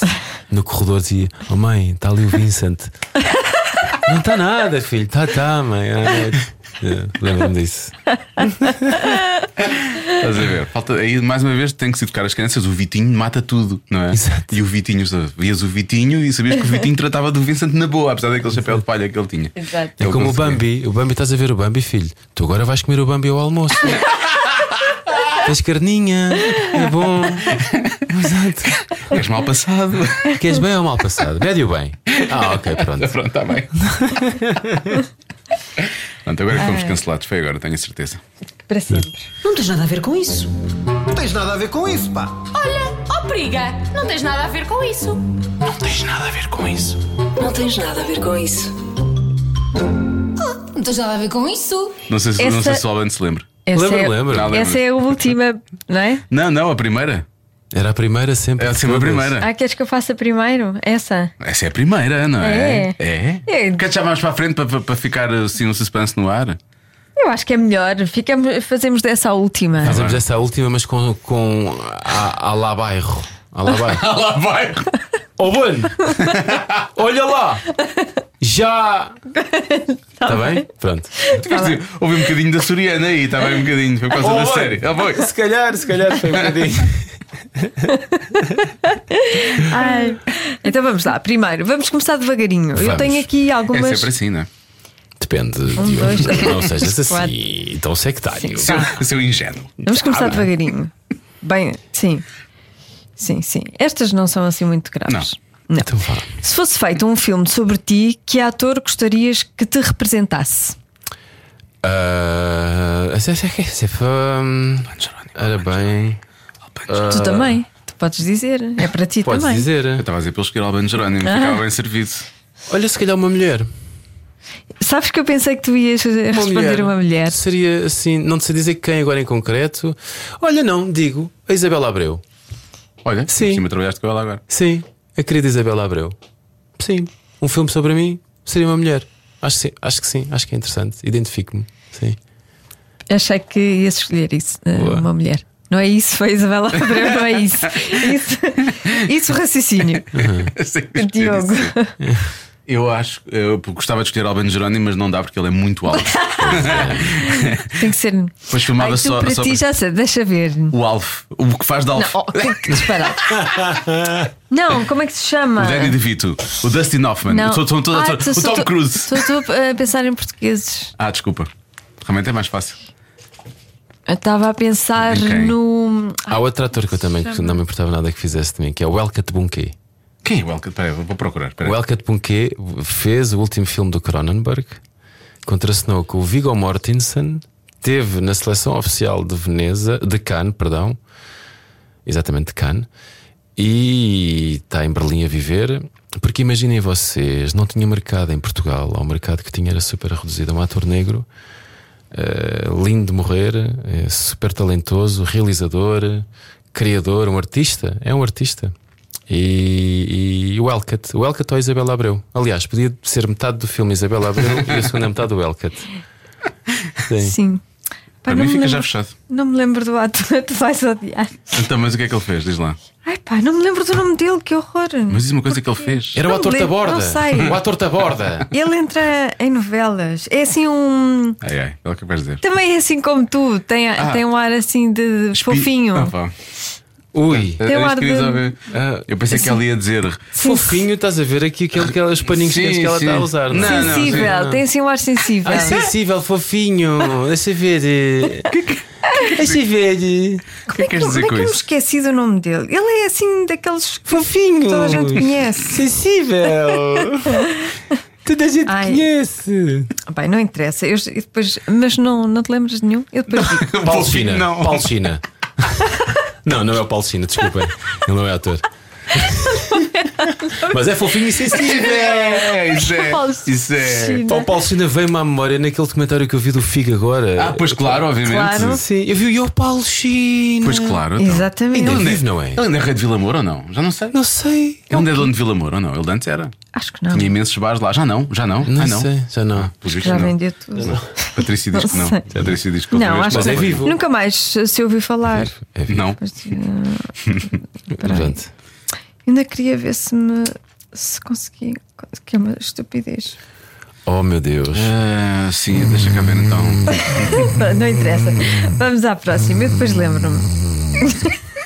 [SPEAKER 5] No corredor dizia: Oh mãe, está ali o [laughs] Vincent. Não está nada, filho. Está, está, [laughs] mãe. À noite. É, Lembro-me disso.
[SPEAKER 2] Estás a ver? Falta, aí mais uma vez tem que se educar as crianças. O Vitinho mata tudo, não é?
[SPEAKER 5] Exato.
[SPEAKER 2] E o Vitinho, sabe? vias o Vitinho e sabias que o Vitinho tratava do Vincent na boa, apesar daquele chapéu de palha que ele tinha.
[SPEAKER 3] Exato.
[SPEAKER 5] É
[SPEAKER 2] Eu
[SPEAKER 5] como o
[SPEAKER 2] consegui.
[SPEAKER 5] Bambi. O Bambi, estás a ver o Bambi, filho? Tu agora vais comer o Bambi ao almoço. Tens carninha, é bom. Exato.
[SPEAKER 2] És mal passado.
[SPEAKER 5] Queres bem ou mal passado? Médio bem. Ah, ok,
[SPEAKER 2] [laughs]
[SPEAKER 5] pronto.
[SPEAKER 2] Pronto, está bem. Pronto, agora é que fomos cancelados. Foi agora, tenho a certeza.
[SPEAKER 3] Para sempre.
[SPEAKER 1] Não tens nada a ver com isso.
[SPEAKER 6] Não tens nada a ver com isso, pá.
[SPEAKER 7] Olha, ó periga, Oh, não tens nada a ver com isso.
[SPEAKER 1] Não tens nada a ver com isso.
[SPEAKER 7] Oh, Não tens nada a ver com isso.
[SPEAKER 2] Não sei se, não
[SPEAKER 3] Essa-
[SPEAKER 2] sei se o Alan se lembra.
[SPEAKER 3] Essa
[SPEAKER 5] Lembra,
[SPEAKER 3] é,
[SPEAKER 5] lembra.
[SPEAKER 2] Não, lembra.
[SPEAKER 3] Essa é a última, não é?
[SPEAKER 2] Não, não, a primeira.
[SPEAKER 5] Era a primeira sempre.
[SPEAKER 2] É
[SPEAKER 5] de
[SPEAKER 2] sempre a
[SPEAKER 5] todas.
[SPEAKER 2] primeira.
[SPEAKER 3] Ah, queres que eu faça primeiro? Essa?
[SPEAKER 2] Essa é a primeira, não é? É? Quer
[SPEAKER 3] É.
[SPEAKER 2] deixar mais para a frente para, para- para ficar assim um suspense no ar?
[SPEAKER 3] Eu acho que é melhor. Ficamos, fazemos dessa a última.
[SPEAKER 5] Fazemos essa última, mas com, com a, a lá bairro. A
[SPEAKER 2] [laughs]
[SPEAKER 5] lá bairro.
[SPEAKER 2] Ah, lá vai!
[SPEAKER 5] Ó Bruno, olha lá. Já. Está Tá bem? Pronto.
[SPEAKER 2] Tiveste- Houve um bocadinho da Soriana aí, estava aí um bocadinho, foi por causa da
[SPEAKER 5] Oi.
[SPEAKER 2] série. Ah, foi.
[SPEAKER 5] Se calhar, se calhar foi um bocadinho.
[SPEAKER 3] Ai. Então vamos lá, primeiro, vamos começar devagarinho. Eu
[SPEAKER 5] Vamos.
[SPEAKER 3] tenho aqui
[SPEAKER 2] É
[SPEAKER 3] algumas.
[SPEAKER 2] sempre assim, não é?
[SPEAKER 5] Depende de
[SPEAKER 3] Um, dois,
[SPEAKER 5] onde.
[SPEAKER 3] três,
[SPEAKER 5] não sejas
[SPEAKER 3] quatro.
[SPEAKER 5] assim, tão sectário.
[SPEAKER 3] Sim.
[SPEAKER 2] Seu, seu ingênuo.
[SPEAKER 3] Vamos começar
[SPEAKER 2] Ah,
[SPEAKER 3] devagarinho. Bem, sim. Sim, sim. Estas não são assim muito graves. Não.
[SPEAKER 5] Então vá.
[SPEAKER 3] Se fosse feito um filme sobre ti, que ator gostarias que te representasse?
[SPEAKER 5] Ah, essa- essa- essa- hum, Era bem.
[SPEAKER 3] Tu também. Tu podes dizer. É para ti
[SPEAKER 5] Podes
[SPEAKER 3] também.
[SPEAKER 2] Eu
[SPEAKER 5] dizer.
[SPEAKER 2] estava a dizer pelo escolher Albano Jerónimo, ficava bem servido.
[SPEAKER 5] Olha, se calhar uma mulher.
[SPEAKER 3] Sabes que eu pensei que tu ias responder uma mulher.
[SPEAKER 5] Seria assim, não sei dizer quem agora em concreto. Olha, não, digo a Isabela Abreu.
[SPEAKER 2] Olha,
[SPEAKER 5] Sim.
[SPEAKER 2] por cima trabalhaste com ela agora.
[SPEAKER 5] Sim, a querida Isabela Abreu. Sim, um filme sobre mim seria uma mulher. Acho que sim, acho que, sim, acho que é interessante. Identifico-me. Sim.
[SPEAKER 3] Achei que ias escolher isso, eh,
[SPEAKER 5] Boa.
[SPEAKER 3] uma mulher. Não é isso, foi Isabela Abreu, não é isso. Isso, isso raciocínio.
[SPEAKER 2] Sim, [laughs] gostei
[SPEAKER 3] Diogo.
[SPEAKER 2] disso. Eu acho, eu gostava de escolher Albano Jerónimo, mas não dá porque ele é muito
[SPEAKER 3] [laughs]
[SPEAKER 2] alto.
[SPEAKER 3] Tem que ser.
[SPEAKER 2] Depois filmava
[SPEAKER 3] Ai, tu
[SPEAKER 2] só,
[SPEAKER 3] para
[SPEAKER 2] só
[SPEAKER 3] ti já sei, deixa ver.
[SPEAKER 2] o Alf, o que faz de
[SPEAKER 3] Não,
[SPEAKER 2] Alf.
[SPEAKER 3] oh, que,
[SPEAKER 2] [laughs]
[SPEAKER 3] que disparate. Não, como é que se chama?
[SPEAKER 2] O Danny DeVito, o Dustin Hoffman,
[SPEAKER 3] Não.
[SPEAKER 2] o, to- to- to-
[SPEAKER 3] Ah,
[SPEAKER 2] to-
[SPEAKER 3] tu-
[SPEAKER 2] o
[SPEAKER 3] só
[SPEAKER 2] Tom
[SPEAKER 3] tu-
[SPEAKER 2] Cruise.
[SPEAKER 3] Estou estou a pensar em portugueses.
[SPEAKER 2] Ah, desculpa. Realmente é mais fácil.
[SPEAKER 3] Eu estava a pensar
[SPEAKER 2] Em quem?
[SPEAKER 3] no.
[SPEAKER 5] Há outro ator que eu também que não me importava nada que fizesse de mim, que é o Elkat Bunke.
[SPEAKER 2] Quem é o Elkat? Espera, vou procurar. espera.
[SPEAKER 5] O Elkat Bunke fez o último filme do Cronenberg, contracenou com o Viggo Mortensen, teve na seleção oficial de Veneza, de Cannes, perdão, exatamente de Cannes, e está em Berlim a viver. Porque imaginem vocês, não tinha mercado em Portugal, o mercado que tinha era super reduzido. É Um ator negro, eh, lindo de morrer, eh, super talentoso, realizador, criador, um artista. É um artista. E, e o Elcat, o Elcat ou a Isabela Abreu. Aliás, podia ser metade do filme Isabela Abreu e a segunda metade do Elcat. Sim.
[SPEAKER 3] Sim.
[SPEAKER 2] Para
[SPEAKER 3] Pá, não
[SPEAKER 2] mim
[SPEAKER 3] me
[SPEAKER 2] fica já
[SPEAKER 3] lembro-
[SPEAKER 2] fechado.
[SPEAKER 3] Não me lembro do ator, [laughs] tu vais odiar.
[SPEAKER 2] Então, mas o que é que ele fez? Diz lá.
[SPEAKER 3] Ai pá, não me lembro do nome dele, que horror.
[SPEAKER 2] Mas diz uma coisa que ele fez.
[SPEAKER 5] Era o
[SPEAKER 3] Não
[SPEAKER 5] ator da
[SPEAKER 3] lembro,
[SPEAKER 5] borda.
[SPEAKER 3] não sei.
[SPEAKER 5] O ator da borda.
[SPEAKER 3] Ele entra em novelas. É assim um.
[SPEAKER 2] Ai, ai, é o que vais dizer.
[SPEAKER 3] Também é assim como tu, tem, tem um ar assim de de fofinho.
[SPEAKER 2] Ah, pá.
[SPEAKER 5] Ui.
[SPEAKER 2] Era
[SPEAKER 3] Tem um
[SPEAKER 2] isso
[SPEAKER 3] ar
[SPEAKER 2] que eu ia
[SPEAKER 3] de-
[SPEAKER 2] saber.
[SPEAKER 5] Ah,
[SPEAKER 2] Eu pensei que ela ia dizer.
[SPEAKER 3] Sim,
[SPEAKER 5] Fofinho, estás a ver aqui aquele, aqueles paninhos
[SPEAKER 2] Sim,
[SPEAKER 5] quentes que ela
[SPEAKER 2] sim.
[SPEAKER 5] está a usar.
[SPEAKER 2] Não, não, Ah, sim,
[SPEAKER 3] sensível,
[SPEAKER 5] não.
[SPEAKER 3] tem assim um ar sensível.
[SPEAKER 5] Ai, sensível, fofinho. Deixa ver. eh.
[SPEAKER 3] [laughs]
[SPEAKER 5] Deixa ver. eh.
[SPEAKER 2] O que é que queres
[SPEAKER 3] Como
[SPEAKER 2] dizer
[SPEAKER 3] é que
[SPEAKER 2] com
[SPEAKER 3] eu me
[SPEAKER 2] isso? [laughs]
[SPEAKER 3] esqueci do nome dele? Ele é assim daqueles que
[SPEAKER 5] Fofinho.
[SPEAKER 3] toda a gente conhece. [laughs]
[SPEAKER 5] Sensível. Toda a gente
[SPEAKER 3] Ai.
[SPEAKER 5] conhece.
[SPEAKER 3] Bem, Ah, não interessa. Eu, eu depois, mas não, não te lembras de nenhum? Eu depois digo.
[SPEAKER 5] Paulo
[SPEAKER 2] Fofinho,
[SPEAKER 5] China.
[SPEAKER 2] não. [laughs]
[SPEAKER 5] Paulo China. Não, não é o Paulo China, desculpem. Ele não é
[SPEAKER 3] [laughs]
[SPEAKER 5] ator. Mas é fofinho e sensível.
[SPEAKER 2] É, isso é. Isso é.
[SPEAKER 3] Sim.
[SPEAKER 5] Pá, O Paulo China veio-me à memória naquele documentário que eu vi do Figo agora.
[SPEAKER 2] Ah, pois claro, obviamente.
[SPEAKER 3] Claro.
[SPEAKER 5] Sim, eu vi o Yo Paulo China.
[SPEAKER 2] Pois claro. [laughs] então.
[SPEAKER 3] Exatamente.
[SPEAKER 5] Ainda
[SPEAKER 2] Ele
[SPEAKER 5] Vive, não é?
[SPEAKER 2] Ele ainda é rei de Vila Moura ou não? Já não sei.
[SPEAKER 5] Não sei.
[SPEAKER 2] Ele ainda é dono de Vila Moura ou não? Ele antes era.
[SPEAKER 3] Acho que não.
[SPEAKER 2] Tinha imensos bares lá. Já não, já não.
[SPEAKER 5] Não,
[SPEAKER 2] ah, não.
[SPEAKER 5] sei, já não.
[SPEAKER 2] Pelo visto,
[SPEAKER 3] Já
[SPEAKER 2] não.
[SPEAKER 3] vendeu tudo.
[SPEAKER 2] Não. Patrícia diz
[SPEAKER 3] Não
[SPEAKER 2] que não.
[SPEAKER 3] sei.
[SPEAKER 2] Patrícia diz que outra
[SPEAKER 3] Não,
[SPEAKER 2] vez
[SPEAKER 3] acho
[SPEAKER 5] mas
[SPEAKER 3] que
[SPEAKER 5] é
[SPEAKER 2] não.
[SPEAKER 5] vivo.
[SPEAKER 3] nunca mais se ouviu falar.
[SPEAKER 5] É vivo.
[SPEAKER 2] Não.
[SPEAKER 3] Mas, eh, Peraí.
[SPEAKER 5] Portanto,
[SPEAKER 3] ainda queria ver se me se consegui. Que é uma estupidez.
[SPEAKER 5] oh meu Deus.
[SPEAKER 2] Ah, sim, deixa cá ver então.
[SPEAKER 3] Pronto, Não interessa. Vamos à próxima. Eu depois lembro-me.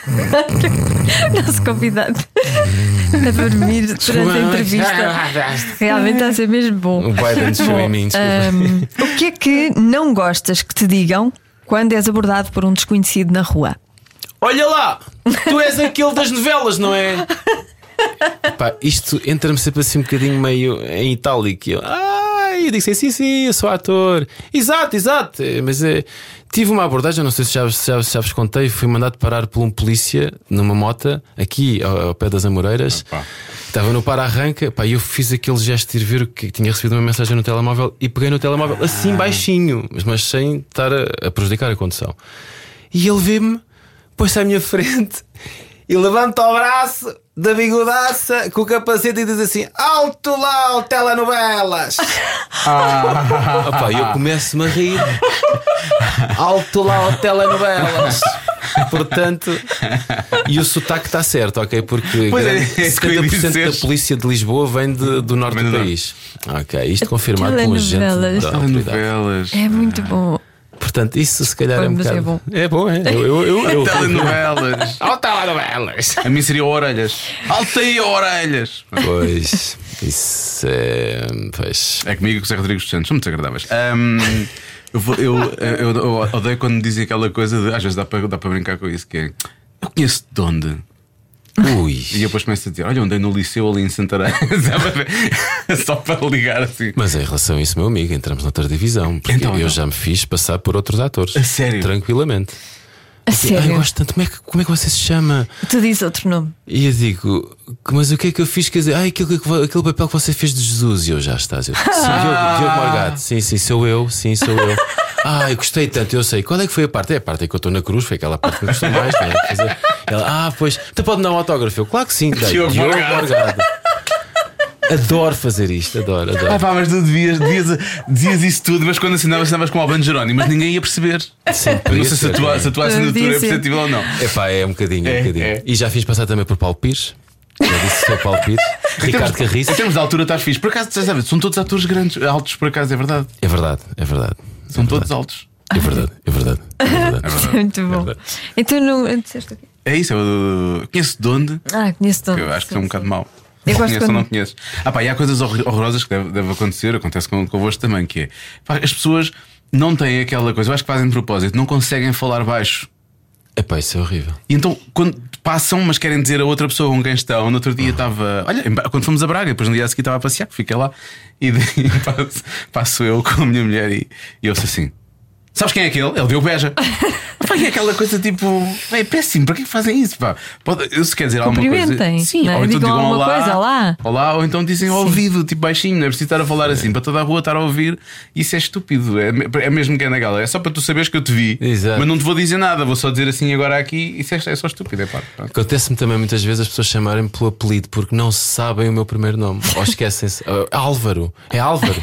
[SPEAKER 3] [laughs] Nosso convidado a dormir durante a entrevista. Realmente está a ser mesmo
[SPEAKER 5] é? O
[SPEAKER 3] bom.
[SPEAKER 5] Biden chegou em mim, desculpa.
[SPEAKER 3] Ahm, o que é que não gostas que te digam quando és abordado por um desconhecido na rua?
[SPEAKER 5] Olha lá! Tu és aquele das novelas, não é? Pá, isto entra-me sempre assim um bocadinho meio em itálico. E Eu, ah, eu digo assim, sim, sim, eu sou ator. Exato, exato. Eh, Mas eh, tive uma abordagem, não sei se já, se já, se já vos contei, fui mandado parar por um polícia numa mota, aqui ao, ao pé das Amoreiras.
[SPEAKER 2] Opa.
[SPEAKER 5] Estava no para-arranca, pá, e eu fiz aquele gesto de ir ver o que tinha recebido uma mensagem no telemóvel e peguei no telemóvel assim baixinho, mas- mas sem estar a, a prejudicar a condução. E ele vê-me, pôs-se à minha [laughs] frente e levanta o braço da bigodaça com o capacete e diz assim: Alto lá, o telenovelas! Opa, eu começo-me
[SPEAKER 2] [laughs]
[SPEAKER 5] a rir. Alto lá, o telenovelas! Portanto, e o sotaque está certo, ok? Porque
[SPEAKER 2] Pois é,
[SPEAKER 5] grande-
[SPEAKER 2] é isso que eu ia
[SPEAKER 5] 70% da
[SPEAKER 2] dizer.
[SPEAKER 5] polícia de Lisboa vem de- do norte
[SPEAKER 2] Vem
[SPEAKER 5] do
[SPEAKER 2] do
[SPEAKER 5] país. Ok, isto confirmado pelo agente
[SPEAKER 3] Telenovelas.
[SPEAKER 5] da autoridade.
[SPEAKER 2] Telenovelas.
[SPEAKER 3] É muito bom.
[SPEAKER 5] Portanto, isso se calhar é um
[SPEAKER 3] Mas
[SPEAKER 5] bocado.
[SPEAKER 3] é
[SPEAKER 5] É bom, é. Eu, eu, eu, eu-
[SPEAKER 2] Telenovelas.
[SPEAKER 5] Ó, telenovelas!
[SPEAKER 2] A mim seria orelhas. Alta aí, orelhas.
[SPEAKER 5] Pois, isso é. Pois.
[SPEAKER 2] É comigo e com o Zé Rodrigues dos Santos, são muito desagradáveis. Ahm, eu, vou- eu, eu- eu odeio quando dizem aquela coisa de. Às vezes dá para, dá para brincar com isso, que é. Eu conheço de onde? E
[SPEAKER 5] Ui.
[SPEAKER 2] depois começo a dizer: Olha, andei no liceu ali em Santarém. [laughs] Só para- Só para ligar assim.
[SPEAKER 5] Mas em relação a isso, meu amigo, entramos noutra divisão. Porque
[SPEAKER 2] Então,
[SPEAKER 5] eu
[SPEAKER 2] então.
[SPEAKER 5] já me fiz passar por outros atores.
[SPEAKER 2] A sério?
[SPEAKER 5] Tranquilamente.
[SPEAKER 3] A
[SPEAKER 5] Ai, eu
[SPEAKER 3] sério.
[SPEAKER 5] gosto tanto. Como é, que, como é que você se chama?
[SPEAKER 3] Tu dizes outro nome.
[SPEAKER 5] E eu digo, mas o que é que eu fiz? Quer dizer, ah, aquele, aquele papel que você fez de Jesus e eu já estás. Eu, sim,
[SPEAKER 2] Ah.
[SPEAKER 5] Diogo, Diogo Morgado, sim, sim, sou eu, sim,
[SPEAKER 2] [laughs]
[SPEAKER 5] sou eu. Ah, eu gostei tanto, eu sei. Qual é que foi a parte? É a parte em que eu estou na cruz, foi aquela parte que eu gostei mais, não é? Quer dizer, ela, ah, pois, tu pode dar um autógrafo? Eu, claro que sim, dei.
[SPEAKER 2] Diogo Morgado.
[SPEAKER 5] Adoro fazer isto, adoro,
[SPEAKER 2] Ah,
[SPEAKER 5] adoro.
[SPEAKER 2] pá, mas tu devias, devias, dizias isso tudo, mas quando assinavas, assinavas com o Albano Jerónimo, mas ninguém ia perceber.
[SPEAKER 5] Sim,
[SPEAKER 2] Eu não
[SPEAKER 5] podia
[SPEAKER 2] sei se a
[SPEAKER 5] ser,
[SPEAKER 2] tua,
[SPEAKER 5] também.
[SPEAKER 2] se a tua
[SPEAKER 3] Eu
[SPEAKER 2] assinatura é
[SPEAKER 3] disse.
[SPEAKER 2] perceptível ou não.
[SPEAKER 5] É pá, é um bocadinho, é um
[SPEAKER 2] É,
[SPEAKER 5] bocadinho.
[SPEAKER 2] é.
[SPEAKER 5] E já fiz passar também por Paulo Pires. Já disse que sou Paulo Pires. [laughs] Ricardo Carriço.
[SPEAKER 2] Em termos de altura, estás fixe. Por acaso, estás a ver, são todos atores grandes, altos, por acaso, é verdade.
[SPEAKER 5] É verdade, é verdade.
[SPEAKER 2] São todos altos.
[SPEAKER 5] É verdade, é verdade. É verdade.
[SPEAKER 3] É muito bom.
[SPEAKER 5] verdade.
[SPEAKER 3] Então não disseste o quê?
[SPEAKER 2] É isso, eu uh, conheço de onde,
[SPEAKER 3] Ah, conheço
[SPEAKER 2] que
[SPEAKER 3] todos.
[SPEAKER 2] eu acho que é um bocado mau.
[SPEAKER 3] Eu gosto
[SPEAKER 2] conheço ou
[SPEAKER 3] quando-
[SPEAKER 2] não conheço. Ah, pá, e há coisas horror- horrorosas que deve, deve acontecer, acontece com, convosco também, que é pá, as pessoas não têm aquela coisa, eu acho que fazem de propósito, não conseguem falar baixo.
[SPEAKER 5] Epá, isso é horrível.
[SPEAKER 2] E então, quando passam, mas querem dizer a outra pessoa com quem estão, no outro dia estava. Olha, em Bra- quando fomos a Braga, depois no dia a seguir estava a passear, fiquei lá [laughs] e daí passo, passo eu com a minha mulher e, e ouço assim: Sabes quem é aquele? Ele deu
[SPEAKER 3] [laughs]
[SPEAKER 2] beja. Pá, e é aquela coisa tipo: "Pá, É péssimo, para que é que fazem isso? Pá? Pode, eu se quer dizer alguma coisa.
[SPEAKER 3] Cumprimentem,
[SPEAKER 2] Sim,
[SPEAKER 3] não é?
[SPEAKER 2] ou então
[SPEAKER 3] Digam
[SPEAKER 2] digam
[SPEAKER 3] alguma
[SPEAKER 2] olá,
[SPEAKER 3] coisa, olá.
[SPEAKER 2] Olá, ou então dizem ao ouvido, tipo baixinho, não é preciso estar a falar assim, para toda a rua estar a ouvir, isso é estúpido. É, me- é mesmo que é na gala, é só para tu saberes que eu te vi,
[SPEAKER 5] Exato.
[SPEAKER 2] mas não te vou dizer nada, vou só dizer assim agora aqui, isso é, é só estúpido, é pá. pronto.
[SPEAKER 5] Acontece-me também muitas vezes as pessoas chamarem pelo apelido porque não sabem o meu primeiro nome. Ou [laughs] esquecem-se. Ah, Álvaro. É Álvaro.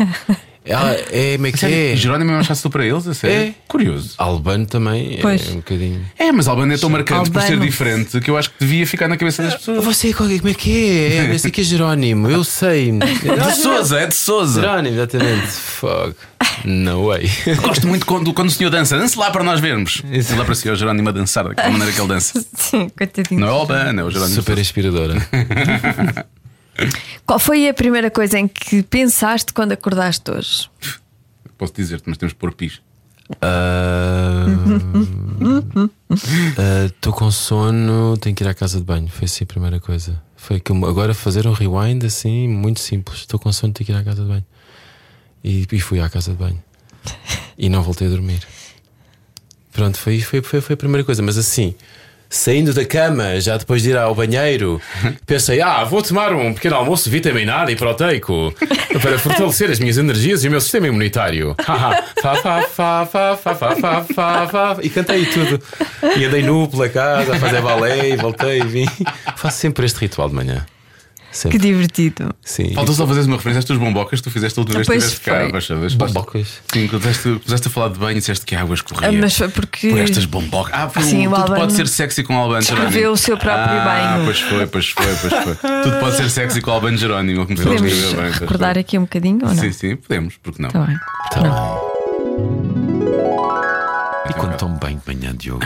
[SPEAKER 5] É, Al- é como é que
[SPEAKER 2] Sério,
[SPEAKER 5] é?
[SPEAKER 2] Jerónimo é mais fácil para eles, a sério?
[SPEAKER 5] É.
[SPEAKER 2] Curioso.
[SPEAKER 5] Albano também
[SPEAKER 3] Pois.
[SPEAKER 5] é um bocadinho.
[SPEAKER 2] É, mas Albano é tão marcante por ser
[SPEAKER 3] Albano.
[SPEAKER 2] diferente que eu acho que devia ficar na cabeça das pessoas.
[SPEAKER 5] Você é qualquer, como é que é? É, esse aqui é Jerónimo, eu sei.
[SPEAKER 2] De Souza, é de Souza.
[SPEAKER 5] [laughs] Jerónimo, exatamente. Fuck. No way.
[SPEAKER 2] Gosto muito quando, quando o senhor dança. Dance lá para nós vermos. Dance lá para o senhor Jerónimo a dançar daquela maneira que ele
[SPEAKER 5] [laughs]
[SPEAKER 2] dança.
[SPEAKER 3] Sim, coitadinho.
[SPEAKER 2] Não é o Albano, é o Jerónimo.
[SPEAKER 5] Super inspiradora.
[SPEAKER 2] é?
[SPEAKER 3] Qual foi a primeira coisa em que pensaste quando acordaste hoje?
[SPEAKER 2] Posso dizer-te, mas temos que pôr pis.
[SPEAKER 5] [laughs] Estou Ah, com sono, tenho que ir à casa de banho. Foi assim a primeira coisa. Foi que eu- agora fazer um rewind assim, muito simples. Estou com sono, tenho que ir à casa de banho. E, e fui à casa de banho. E não voltei a dormir. Pronto, foi, foi, foi, foi a primeira coisa. Mas assim, saindo da cama, já depois de ir ao banheiro, pensei: ah, vou tomar um pequeno almoço vitaminado e proteico para fortalecer as minhas energias e o meu sistema imunitário. Haha. Fá, fá, fá, fá, fá, fá, fá, fá, fá. E cantei tudo. E andei nu pela casa a fazer balé, e voltei e vim. Faço sempre este ritual de manhã.
[SPEAKER 3] Que
[SPEAKER 5] Sempre.
[SPEAKER 3] divertido.
[SPEAKER 5] Sim.
[SPEAKER 2] Faltou só fazeres uma referência às tuas bombocas que tu fizeste a última vez que
[SPEAKER 3] Pois
[SPEAKER 2] estiveste cá.
[SPEAKER 3] foi.
[SPEAKER 2] baixa, deixa-
[SPEAKER 5] Bombocas?
[SPEAKER 2] Sim, quando disseste- puseste a falar de banho e disseste que a água escorria.
[SPEAKER 3] Ah, Mas foi porque.
[SPEAKER 2] Por estas bombocas. Ah, foi
[SPEAKER 3] Sim,
[SPEAKER 2] um,
[SPEAKER 3] o
[SPEAKER 2] tudo
[SPEAKER 3] Albano
[SPEAKER 2] pode ser sexy com o Albano
[SPEAKER 3] descreveu
[SPEAKER 2] Jerónimo.
[SPEAKER 3] o seu próprio
[SPEAKER 2] ah,
[SPEAKER 3] banho.
[SPEAKER 2] Pois foi, pois foi, pois foi. tudo pode ser sexy com o Albano Jerónimo. ele começou a
[SPEAKER 3] Podemos
[SPEAKER 2] escrever bem, pois foi.
[SPEAKER 3] recordar aqui um bocadinho ou não?
[SPEAKER 2] né? Sim, sim, podemos, porque não?
[SPEAKER 3] Tá bem.
[SPEAKER 5] Tá bem.
[SPEAKER 8] E quando tão bem de manhã, Diogo,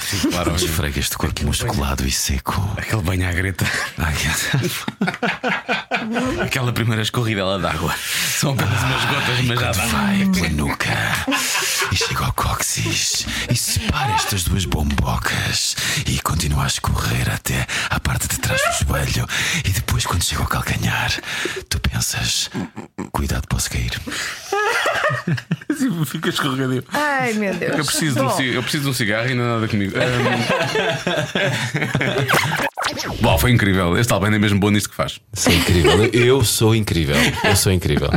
[SPEAKER 2] Sim, claro.
[SPEAKER 8] esfrega este corpo musculado e seco.
[SPEAKER 2] Aquele banho à greta. [laughs] Aquela primeira escorridela d'água. São apenas umas gotas, mas já dá.
[SPEAKER 8] Vai pela nuca e chega ao cóccix e separa estas duas bombocas e continua a escorrer até à parte de trás do joelho. E depois, quando chega ao calcanhar, tu pensas: cuidado, posso cair.
[SPEAKER 2] Fica escorregadio.
[SPEAKER 3] Ai meu Deus.
[SPEAKER 2] Eu preciso, de um, ci- eu preciso de um cigarro e não há nada comigo. Ahm. Bom, foi incrível. Este Albano é mesmo bom nisto que faz.
[SPEAKER 5] Sou é incrível. Eu sou incrível. Eu sou incrível.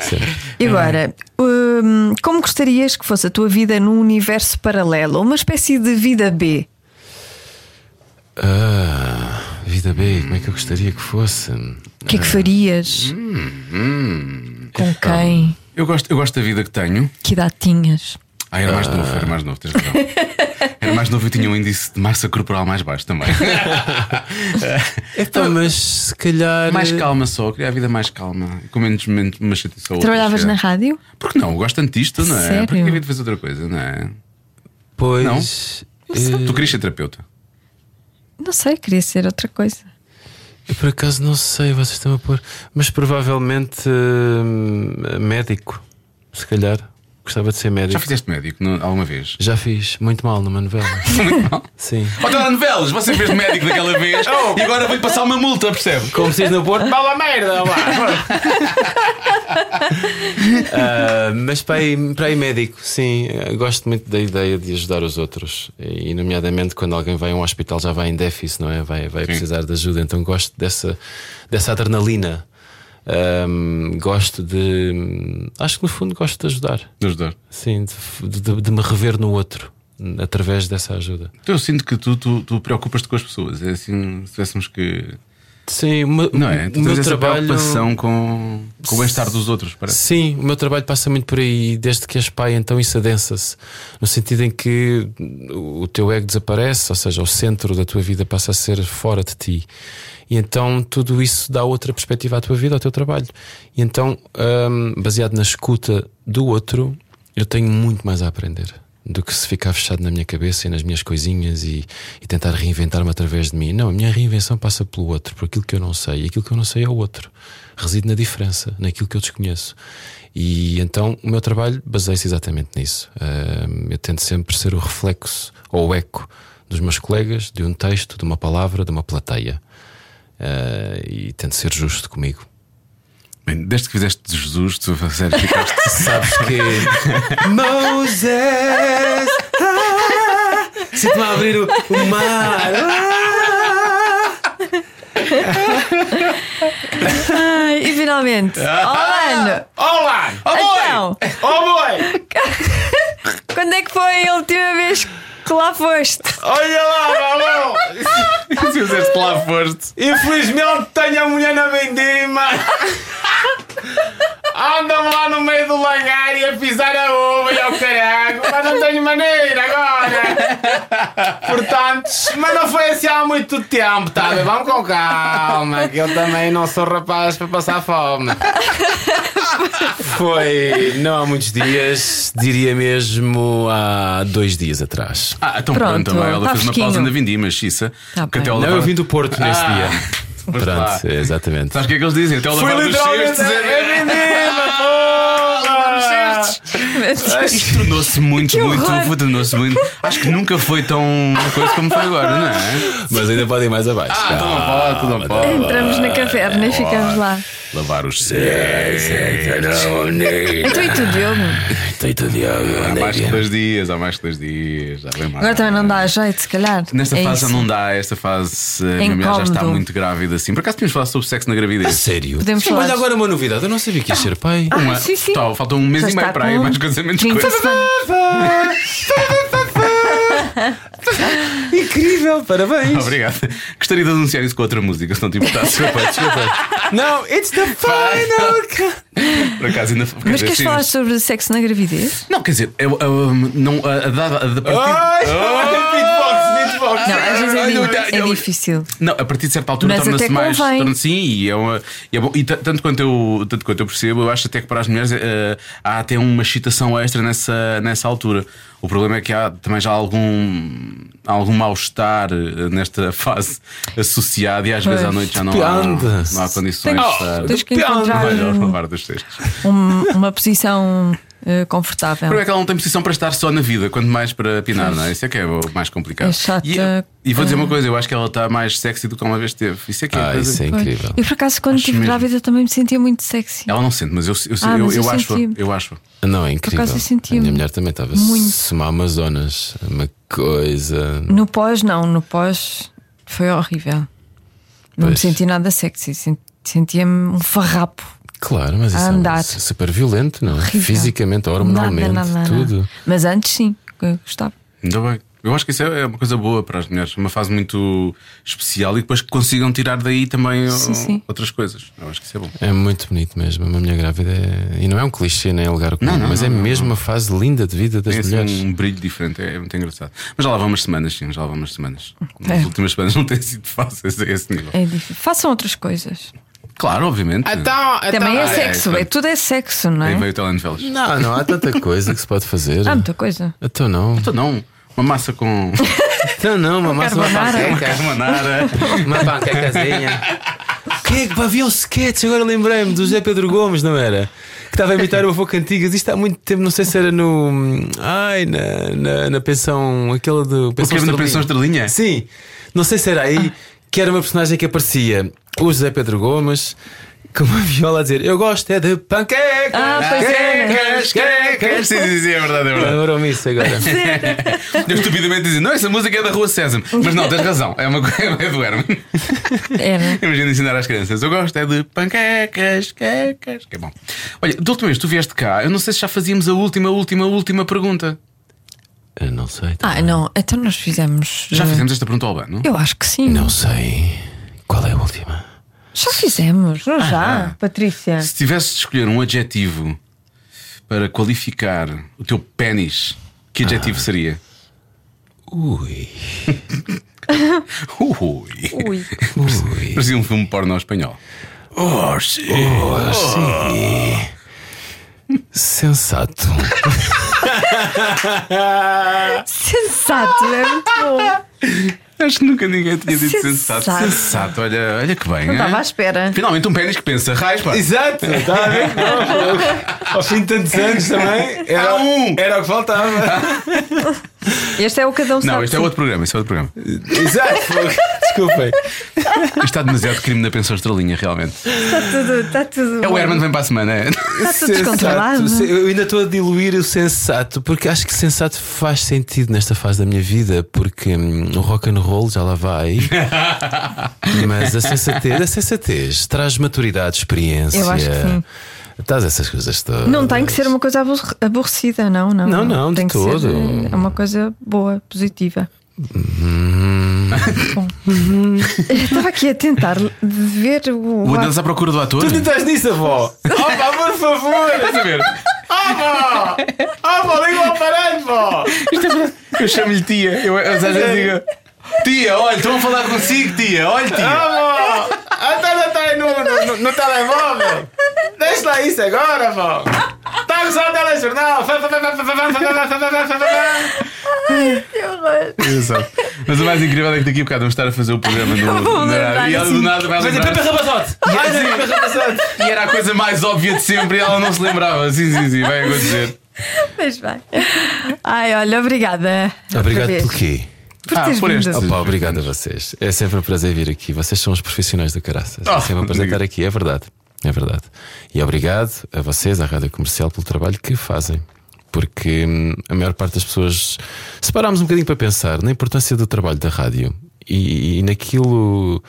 [SPEAKER 5] Sempre.
[SPEAKER 3] E agora, hum, como gostarias que fosse a tua vida num universo paralelo? Uma espécie de vida B?
[SPEAKER 5] Ah, vida B, como é que eu gostaria que fosse?
[SPEAKER 3] O
[SPEAKER 2] Hum.
[SPEAKER 3] que é que farias?
[SPEAKER 2] Então.
[SPEAKER 3] Com quem?
[SPEAKER 2] Eu gosto, eu gosto da vida que tenho.
[SPEAKER 3] Que idade tinhas?
[SPEAKER 2] Ah, era mais novo, era mais novo, tens razão. Era mais novo e tinha um índice de massa corporal mais baixo também.
[SPEAKER 5] Então, mas se calhar.
[SPEAKER 2] mais calma só, eu queria a vida mais calma. Com menos, menos uma chatice ou outra,
[SPEAKER 3] Trabalhavas
[SPEAKER 2] se
[SPEAKER 3] na
[SPEAKER 2] calhar.
[SPEAKER 3] rádio?
[SPEAKER 2] Porque não? Eu gosto tanto disto, não é?
[SPEAKER 3] Sério?
[SPEAKER 2] Porque havia de fazer outra coisa, não é?
[SPEAKER 5] Pois.
[SPEAKER 2] Tu querias ser terapeuta?
[SPEAKER 3] Não sei, queria ser outra coisa.
[SPEAKER 5] Eu por acaso não sei, vocês estão a pôr. Mas provavelmente hum, médico. Se calhar. Gostava de ser médico.
[SPEAKER 2] Já fizeste médico não- alguma vez?
[SPEAKER 5] Já fiz. Muito mal numa novela.
[SPEAKER 2] [laughs]
[SPEAKER 5] Sim.
[SPEAKER 2] Ó, telenovelas, você fez médico daquela [laughs] vez e agora vou-lhe passar uma multa, percebe?
[SPEAKER 5] Como vocês no Porto, bala a merda, [laughs] lá. Ah, mas para aí, para aí médico, sim, eh, gosto muito da ideia de ajudar os outros. E, nomeadamente, quando alguém vai a um hospital, já vai em déficit, não é? Vai, vai precisar de ajuda. Então, gosto dessa, dessa adrenalina. Ahm, gosto de. Acho que, no fundo, gosto de ajudar.
[SPEAKER 2] Nos dois.
[SPEAKER 5] Sim, de, de- de me rever no outro n- através dessa ajuda.
[SPEAKER 2] Então eu sinto que tu, tu, tu preocupas-te com as pessoas. É assim, se tivéssemos que.
[SPEAKER 5] Sim, o meu,
[SPEAKER 2] Não é? Tu
[SPEAKER 5] o meu
[SPEAKER 2] tens essa
[SPEAKER 5] trabalho.
[SPEAKER 2] preocupação com, com o bem-estar dos outros, parece.
[SPEAKER 5] Sim, o meu trabalho passa muito por aí, desde que és pai, então isso adensa-se. No sentido em que o teu ego desaparece, ou seja, o centro da tua vida passa a ser fora de ti. E então tudo isso dá outra perspectiva à tua vida, ao teu trabalho. E então, hum, baseado na escuta do outro, eu tenho muito mais a aprender. do que se ficar fechado na minha cabeça e nas minhas coisinhas e, e tentar reinventar-me através de mim. Não, a minha reinvenção passa pelo outro, por aquilo que eu não sei. E aquilo que eu não sei é o outro. Reside na diferença, naquilo que eu desconheço. E então o meu trabalho baseia-se exatamente nisso. Ahm, eu tento sempre ser o reflexo ou o eco dos meus colegas, de um texto, de uma palavra, de uma plateia. Ah, e tento ser justo comigo.
[SPEAKER 2] Bem, desde que fizeste de Jesus, tu a sério, ficaste.
[SPEAKER 5] Sabes que. Moses! ah, Sinto-me a abrir o, o mar!
[SPEAKER 3] Ai, e
[SPEAKER 2] [laughs]
[SPEAKER 3] finalmente,
[SPEAKER 2] Ah!
[SPEAKER 3] Olano!
[SPEAKER 2] [laughs] Olá!
[SPEAKER 3] Então,
[SPEAKER 2] Oh boy!
[SPEAKER 3] [laughs] quando é que foi a última vez que lá foste?
[SPEAKER 2] Olha lá, [laughs] balão! Se fizeste lá foste. Infelizmente tenho a mulher na vindima. [laughs] Andam lá no meio do lagar e a pisar a uva e ao caralho, mas não tenho maneira agora. Portanto, mas não foi assim há muito tempo, tá? bem? Vamos com calma, que eu também não sou rapaz para passar fome.
[SPEAKER 5] Foi não há muitos dias, diria mesmo há dois dias atrás.
[SPEAKER 2] Ah, então
[SPEAKER 3] Pronto,
[SPEAKER 2] a Manuela
[SPEAKER 3] tá fresquinho.
[SPEAKER 2] vindima, Xissa.
[SPEAKER 3] Tá
[SPEAKER 2] que até
[SPEAKER 3] bem.
[SPEAKER 2] ao
[SPEAKER 5] Não,
[SPEAKER 2] levar-
[SPEAKER 5] eu vim do Porto
[SPEAKER 2] [laughs]
[SPEAKER 5] nesse
[SPEAKER 2] Ah,
[SPEAKER 5] dia.
[SPEAKER 2] Pois lá.
[SPEAKER 5] Pronto, exatamente.
[SPEAKER 2] Sabes o que é que eles dizem? Até o lavar
[SPEAKER 5] Foi
[SPEAKER 2] dos cestos.
[SPEAKER 5] literalmente Ah.
[SPEAKER 2] é vendido, Isto tornou-se
[SPEAKER 3] [laughs]
[SPEAKER 2] muito, muito,
[SPEAKER 3] horror.
[SPEAKER 2] tornou-se muito. Acho que nunca foi tão uma coisa como foi agora, não é?
[SPEAKER 5] Mas ainda podem ir mais abaixo.
[SPEAKER 2] Ah, então não pode, então não pode.
[SPEAKER 3] Entramos na caverna e ficamos lá.
[SPEAKER 2] Lavar os cestos.
[SPEAKER 3] Então e tu, Diogo?
[SPEAKER 2] Há mais que dois dias, há mais que dois dias. Já vem mais.
[SPEAKER 3] Agora também não dá jeito, se calhar.
[SPEAKER 2] Nesta
[SPEAKER 3] É
[SPEAKER 2] fase
[SPEAKER 3] isso.
[SPEAKER 2] não dá, esta fase a minha mulher já está
[SPEAKER 3] incómodo.
[SPEAKER 2] muito grávida assim. Por acaso tínhamos falado sobre sexo na gravidez?
[SPEAKER 5] Sério?
[SPEAKER 3] Podemos falar.
[SPEAKER 5] Olha agora uma novidade, eu não sabia que ia ser pai.
[SPEAKER 3] Ah,
[SPEAKER 2] Uma-
[SPEAKER 3] sim, sim.
[SPEAKER 2] Tá, faltam um mês
[SPEAKER 3] Já
[SPEAKER 2] e meio
[SPEAKER 3] está
[SPEAKER 2] para aí,
[SPEAKER 3] com
[SPEAKER 2] mais coisa, menos
[SPEAKER 3] 20
[SPEAKER 2] coisa.
[SPEAKER 5] Incrível, parabéns.
[SPEAKER 2] [laughs] Obrigado. Gostaria de anunciar isso com outra música, se não te importasse.
[SPEAKER 5] Desculpa, desculpa. Não, it's the final.
[SPEAKER 2] Por acaso ainda quer
[SPEAKER 3] Mas
[SPEAKER 2] dizer,
[SPEAKER 3] queres
[SPEAKER 2] sim,
[SPEAKER 3] falar sobre sexo na gravidez?
[SPEAKER 2] Não, quer dizer, eu, eu, não, a, a, dada- a, a partir.
[SPEAKER 3] Não, às vezes é,
[SPEAKER 2] Olha,
[SPEAKER 3] di-
[SPEAKER 2] olha,
[SPEAKER 3] é
[SPEAKER 2] olha.
[SPEAKER 3] difícil.
[SPEAKER 2] Não, a partir de certa altura
[SPEAKER 3] Mas
[SPEAKER 2] torna-se
[SPEAKER 3] até
[SPEAKER 2] mais.
[SPEAKER 3] convém.
[SPEAKER 2] Torna-se sim, e é, uma, e é bom. E ta- tanto quanto, eu, tanto quanto eu percebo, eu acho até que para as mulheres eh, há até uma excitação extra nessa, nessa altura. O problema é que há também já algum, algum mal-estar eh, nesta [laughs] fase associada, e às vezes à
[SPEAKER 3] Pois.
[SPEAKER 2] noite já não há,
[SPEAKER 5] Depende.
[SPEAKER 2] não há condições de estar.
[SPEAKER 3] Tens que
[SPEAKER 2] [laughs]
[SPEAKER 3] encontrar
[SPEAKER 2] Melhor
[SPEAKER 3] um-
[SPEAKER 2] lavar dos textos.
[SPEAKER 3] um- uma posição eh, confortável.
[SPEAKER 2] O problema é que ela não tem posição para estar só na vida, quanto mais para pinar, não é? Isso é que é o mais complicado.
[SPEAKER 3] É chata.
[SPEAKER 2] E, eu- e vou dizer uma coisa, eu acho que ela está mais sexy do que uma vez teve. Isso é que é. a
[SPEAKER 5] Ah,
[SPEAKER 2] coisa.
[SPEAKER 5] isso é
[SPEAKER 3] Foi.
[SPEAKER 5] incrível.
[SPEAKER 3] Eu por acaso quando estive
[SPEAKER 2] mesmo.
[SPEAKER 3] grávida também me sentia muito sexy.
[SPEAKER 2] Ela não sente, mas eu, eu,
[SPEAKER 3] Ah,
[SPEAKER 2] eu,
[SPEAKER 3] mas
[SPEAKER 2] eu
[SPEAKER 3] eu
[SPEAKER 2] acho.
[SPEAKER 3] senti.
[SPEAKER 2] Eu acho.
[SPEAKER 5] Não, é incrível.
[SPEAKER 3] acaso eu sentia
[SPEAKER 5] a minha mulher também estava
[SPEAKER 3] muito.
[SPEAKER 5] se uma Amazonas, uma coisa.
[SPEAKER 3] No pós, não, no pós foi horrível. Não me
[SPEAKER 5] Pois.
[SPEAKER 3] senti nada sexy, sen- sentia-me um farrapo.
[SPEAKER 5] Claro, mas
[SPEAKER 3] A
[SPEAKER 5] isso é
[SPEAKER 3] andar.
[SPEAKER 5] um- super violento, não é?
[SPEAKER 3] Horrível.
[SPEAKER 5] Fisicamente,
[SPEAKER 3] Nada,
[SPEAKER 5] hormonalmente,
[SPEAKER 3] nada, nada.
[SPEAKER 5] tudo.
[SPEAKER 3] Mas antes sim, eu gostava.
[SPEAKER 2] Ainda bem. Eu acho que isso é é uma coisa boa para as mulheres, uma fase muito especial e depois que consigam tirar daí também
[SPEAKER 3] Sim,
[SPEAKER 2] ó,
[SPEAKER 3] sim.
[SPEAKER 2] outras coisas. Eu acho que isso é bom.
[SPEAKER 5] É muito bonito mesmo. Uma mulher grávida é... E não é um clichê nem é lugar comum,
[SPEAKER 2] Não, não,
[SPEAKER 5] mas é
[SPEAKER 2] não, não,
[SPEAKER 5] mesmo uma fase linda de vida das
[SPEAKER 2] Tem assim,
[SPEAKER 5] mulheres.
[SPEAKER 2] um brilho diferente, é, é muito engraçado. Mas já lá vão umas semanas, sim, já lá vão umas semanas. Nas
[SPEAKER 3] [laughs] É.
[SPEAKER 2] últimas semanas não tem sido fácil a esse nível.
[SPEAKER 3] É difícil. Façam outras coisas.
[SPEAKER 2] Claro, obviamente.
[SPEAKER 3] Também é
[SPEAKER 2] Ah, é,
[SPEAKER 3] sexo,
[SPEAKER 2] pronto.
[SPEAKER 3] é, tudo é sexo, não
[SPEAKER 2] Aí
[SPEAKER 3] é?
[SPEAKER 2] veio o telenovelas.
[SPEAKER 5] Não, não, há tanta coisa que se pode fazer.
[SPEAKER 3] Há muita coisa.
[SPEAKER 5] Então não.
[SPEAKER 2] Então não, uma massa com
[SPEAKER 5] Então não, uma massa uma
[SPEAKER 3] carbonara.
[SPEAKER 2] [laughs]
[SPEAKER 5] panqueca.
[SPEAKER 2] carbonara.
[SPEAKER 5] Uma panquecazinha. Quem é [laughs] que havia o sketch? Agora lembrei-me do José Pedro Gomes, não era? Que estava a imitar o avô Cantigas. Isto há muito tempo, não sei se era no. Ai, na, na, na pensão. Aquela do.
[SPEAKER 2] O que é na
[SPEAKER 5] Estrelinha.
[SPEAKER 2] pensão estrelinha?
[SPEAKER 5] Sim, não sei se era aí que era uma personagem que aparecia o José Pedro Gomes com uma viola a dizer: Eu gosto é de panquecas.
[SPEAKER 3] Ah, pois é.
[SPEAKER 2] Quecas, quecas. Sim, sim, sim, é verdade, é verdade.
[SPEAKER 5] Lembrou-me isso agora.
[SPEAKER 2] Eu estupidamente dizia, não, essa música é da Rua César. Mas não, tens razão, [laughs] é uma coisa é do Herman.
[SPEAKER 3] Era.
[SPEAKER 2] Imagina ensinar às crianças. Eu gosto é de panquecas, quecas. Que é bom. Olha, da última vez que tu vieste cá, eu não sei se já fazíamos a última, última, última pergunta.
[SPEAKER 5] Eu não sei.
[SPEAKER 3] [laughs] Ah, não, então nós fizemos.
[SPEAKER 2] Já
[SPEAKER 3] eh,
[SPEAKER 2] fizemos esta pergunta ao Albano?
[SPEAKER 3] Eu acho que sim.
[SPEAKER 5] Não sei. Qual é a última?
[SPEAKER 3] Já fizemos, não já,
[SPEAKER 2] ah.
[SPEAKER 3] Patrícia.
[SPEAKER 2] Se tivesses de escolher um adjetivo para qualificar o teu pênis, que
[SPEAKER 5] Ah.
[SPEAKER 2] adjetivo seria?
[SPEAKER 5] Ui.
[SPEAKER 2] Ui.
[SPEAKER 3] Ui.
[SPEAKER 5] Ui.
[SPEAKER 2] [laughs] Parecia um filme porno espanhol. Oh,
[SPEAKER 5] Sensato.
[SPEAKER 3] Sensato, é muito bom.
[SPEAKER 2] Acho que nunca ninguém tinha dito sensato.
[SPEAKER 3] Sensato.
[SPEAKER 2] Sensato, olha, olha que bem.
[SPEAKER 3] Não
[SPEAKER 2] hein?
[SPEAKER 3] estava à espera.
[SPEAKER 2] Finalmente um pênis que pensa, raiz, pá.
[SPEAKER 9] Exato, está a ver? Não,
[SPEAKER 5] [laughs]
[SPEAKER 9] Ao fim de tantos anos também,
[SPEAKER 2] Há
[SPEAKER 9] era,
[SPEAKER 2] um.
[SPEAKER 9] era o que faltava.
[SPEAKER 3] Este é o Cada um
[SPEAKER 2] Não,
[SPEAKER 3] sabe.
[SPEAKER 2] este é outro programa, este é outro programa. Isto
[SPEAKER 5] [laughs]
[SPEAKER 9] Exato, fogo. desculpem.
[SPEAKER 3] Tá
[SPEAKER 2] está demasiado crime na pensão estrelinha, realmente.
[SPEAKER 3] Está tudo, está tudo.
[SPEAKER 2] É o Herman que vem para a semana. é?
[SPEAKER 3] Está tudo descontrolado. é?
[SPEAKER 5] se- Eu ainda estou a diluir o sensato, porque acho que sensato faz sentido nesta fase da minha vida, porque hum, o rock and roll já lá vai. mas a sensatez, a sensatez traz maturidade, experiência.
[SPEAKER 3] Eu acho que sim.
[SPEAKER 5] Traz essas coisas todas.
[SPEAKER 3] Não tem que ser um- uma coisa abor- aborrecida, não, não.
[SPEAKER 5] Não, não, de
[SPEAKER 3] tem que
[SPEAKER 5] todo.
[SPEAKER 3] ser eh, é uma coisa boa, positiva.
[SPEAKER 2] Uhum.
[SPEAKER 3] Bom. Eu Estava aqui a tentar ver o.
[SPEAKER 2] O Andas à procura do ator.
[SPEAKER 9] Tu não estás nisso,
[SPEAKER 3] [laughs]
[SPEAKER 9] avó? Oh, pá, por favor! Estás a ver? Ah, vó! Ah, vó, liga o aparelho, vó!
[SPEAKER 2] é- Eu chamo-lhe tia. Eu, eu às vezes digo: Tia, olha, estão a falar consigo, tia. Olha, tia.
[SPEAKER 9] Ah, vó! Ah, tá, tá, tá aí no, no, no, no telemóvel! Deixa lá isso agora, vó! Tá a usar o telejornal! Fá, fá, fá, fá, fá, fá, fá, fá, fá, fá, fá, fá, fá, fá.
[SPEAKER 3] [laughs]
[SPEAKER 2] Exato. Mas o mais incrível é que daqui a bocado vamos estar a fazer o programa no,
[SPEAKER 3] [laughs] Vou
[SPEAKER 2] na,
[SPEAKER 3] lembrar,
[SPEAKER 2] e ela do
[SPEAKER 3] sim.
[SPEAKER 2] nada vai
[SPEAKER 9] Mas é
[SPEAKER 2] lembrar.
[SPEAKER 9] Pepe Rabazote! Ah, sim, Pepe Rabazote!
[SPEAKER 2] E era a coisa mais óbvia de sempre e ela não se lembrava. Sim, sim, sim, vai acontecer.
[SPEAKER 3] Pois bem. Ai, olha, obrigada.
[SPEAKER 5] Obrigado
[SPEAKER 3] Outra vez.
[SPEAKER 5] por quê?
[SPEAKER 3] Por
[SPEAKER 2] Ah,
[SPEAKER 3] teres
[SPEAKER 2] por
[SPEAKER 3] vindo.
[SPEAKER 2] este.
[SPEAKER 5] Opa, obrigado a vocês. É sempre um prazer vir aqui. Vocês são os profissionais da caraças. É sempre um prazer estar aqui, é verdade. É verdade. E obrigado a vocês, à Rádio Comercial, pelo trabalho que fazem. Porque hum, a maior parte das pessoas se pararmos um bocadinho para pensar na importância do trabalho da rádio e, e naquilo.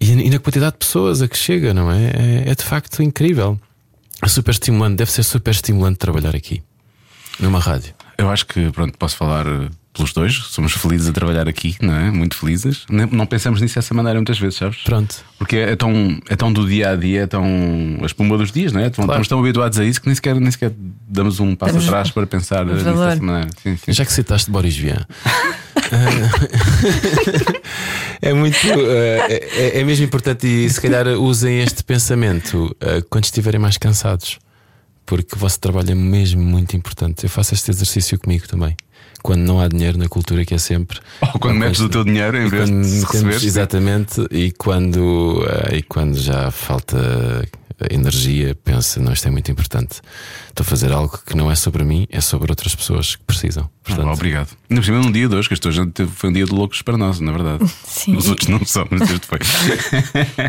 [SPEAKER 5] E, e na quantidade de pessoas a que chega, não é? É, é de facto incrível. É super estimulante, deve ser super estimulante trabalhar aqui, numa rádio.
[SPEAKER 2] Eu acho que, pronto, posso falar eh, pelos dois. Somos felizes a trabalhar aqui, não é? Muito felizes. Nem- Não pensamos nisso dessa maneira muitas vezes, sabes?
[SPEAKER 5] Pronto.
[SPEAKER 2] Porque é tão, é tão do dia a dia, é tão a espuma dos dias, não é? Tão- Estamos tão habituados a isso que nem sequer, nem sequer damos um passo
[SPEAKER 3] Damos
[SPEAKER 2] atrás para pensar nisso
[SPEAKER 3] valor.
[SPEAKER 2] dessa maneira. Sim, sim.
[SPEAKER 5] Já que citaste Boris Vian. [laughs] é muito. eh, é, é mesmo importante e se calhar usem este pensamento eh, quando estiverem mais cansados. Porque o vosso trabalho é mesmo muito importante. Eu faço este exercício comigo também. Quando não há dinheiro na cultura, que é sempre.
[SPEAKER 2] Ou quando metes o teu dinheiro em
[SPEAKER 5] E
[SPEAKER 2] vez
[SPEAKER 5] quando
[SPEAKER 2] de
[SPEAKER 5] temos-
[SPEAKER 2] receber.
[SPEAKER 5] Exatamente, e quando, eh, e quando já falta energia, pensa, não, isto é muito importante. Estou a fazer algo que não é sobre mim, é sobre outras pessoas que precisam. Portanto,
[SPEAKER 2] Ah, obrigado. Ainda por cima, num dia de hoje, que este hoje teve- foi um dia de loucos para nós, na
[SPEAKER 5] [laughs]
[SPEAKER 2] verdade.
[SPEAKER 3] Sim.
[SPEAKER 2] Os outros né? não são, mas este foi.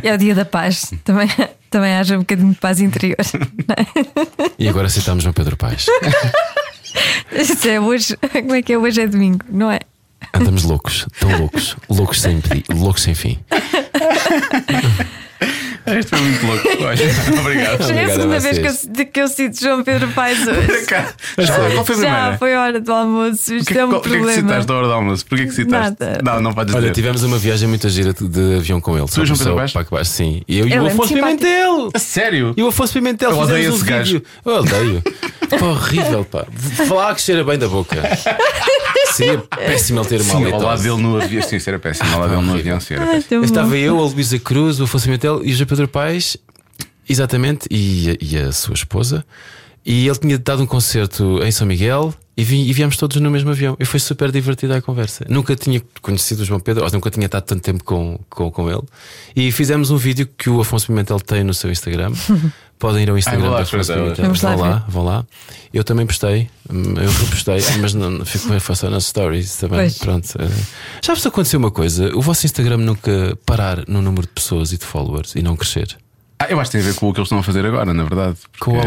[SPEAKER 3] É o dia da paz. Também, também haja um bocadinho de paz interior.
[SPEAKER 5] E agora citamos João Pedro Paes.
[SPEAKER 3] Isso é hoje. Como é que é? Hoje é domingo, não é?
[SPEAKER 5] Andamos loucos, tão loucos, loucos sem pedir, loucos sem fim.
[SPEAKER 2] Este foi muito louco. Olha, [laughs] obrigado.
[SPEAKER 3] Já é a
[SPEAKER 5] Obrigado a
[SPEAKER 3] segunda vez
[SPEAKER 5] vocês.
[SPEAKER 3] que eu, de- que eu cito João Pedro
[SPEAKER 2] [laughs]
[SPEAKER 3] Paes hoje.
[SPEAKER 2] Já, qual foi a
[SPEAKER 3] Já
[SPEAKER 2] primeira?
[SPEAKER 3] foi hora do almoço. Isto
[SPEAKER 2] Porquê
[SPEAKER 3] é um
[SPEAKER 2] qual- porquê que
[SPEAKER 3] problema.
[SPEAKER 2] citaste da hora do almoço? Porquê que citaste?
[SPEAKER 3] Nada.
[SPEAKER 2] Não, não podes dizer.
[SPEAKER 5] Olha, tivemos uma viagem muito gira de, de avião com ele.
[SPEAKER 2] Tu e João Pedro
[SPEAKER 5] Só-
[SPEAKER 2] Paes?
[SPEAKER 5] para que baixo, sim. E eu e
[SPEAKER 3] Ele
[SPEAKER 5] o
[SPEAKER 3] é
[SPEAKER 5] Afonso
[SPEAKER 3] muito simpático.
[SPEAKER 5] Pimentel.
[SPEAKER 2] A sério?
[SPEAKER 5] E o Afonso Pimentel
[SPEAKER 2] Uhum. Eu
[SPEAKER 5] fizemos
[SPEAKER 2] odeio
[SPEAKER 5] um
[SPEAKER 2] esse gajo.
[SPEAKER 5] vídeo.
[SPEAKER 2] [laughs]
[SPEAKER 5] Eu odeio. Pá, horrível, pá. Falar que cheira bem da boca. Seria péssimo ele ter uma
[SPEAKER 2] Sim, ao lado
[SPEAKER 5] halitose.
[SPEAKER 2] dele no avião. Sim, isso era péssimo. Ao lado dele no avião, sim, era péssimo.
[SPEAKER 3] Tão é um bom.
[SPEAKER 5] Estava eu, a Luísa Cruz, o Afonso Pimentel e o João Pedro Paes, exatamente, e, a- e a sua esposa. E ele tinha dado um concerto em São Miguel e, vi, e viemos todos no mesmo avião. E foi super divertida a conversa. Nunca tinha conhecido o João Pedro, ou nunca tinha estado tanto tempo com, com, com ele. E fizemos um vídeo que o Afonso Pimentel tem no
[SPEAKER 3] [laughs]
[SPEAKER 5] seu Instagram. Podem ir ao Instagram
[SPEAKER 2] Ah, vou lá
[SPEAKER 5] do Afonso
[SPEAKER 2] espreitar hoje.
[SPEAKER 5] Pimentel.
[SPEAKER 3] Vamos lá
[SPEAKER 5] Vão
[SPEAKER 3] ver.
[SPEAKER 5] lá, vão lá. Eu também postei, hum, eu repostei, [laughs] mas não, fico, foi só nas stories também.
[SPEAKER 3] Pois.
[SPEAKER 5] Pronto. eh. Já vos aconteceu uma coisa? O vosso Instagram nunca parar no número de pessoas e de followers e não crescer?
[SPEAKER 2] Ah, eu acho que tem a ver com o que eles estão a fazer agora, na verdade. Porque,
[SPEAKER 5] Com o al-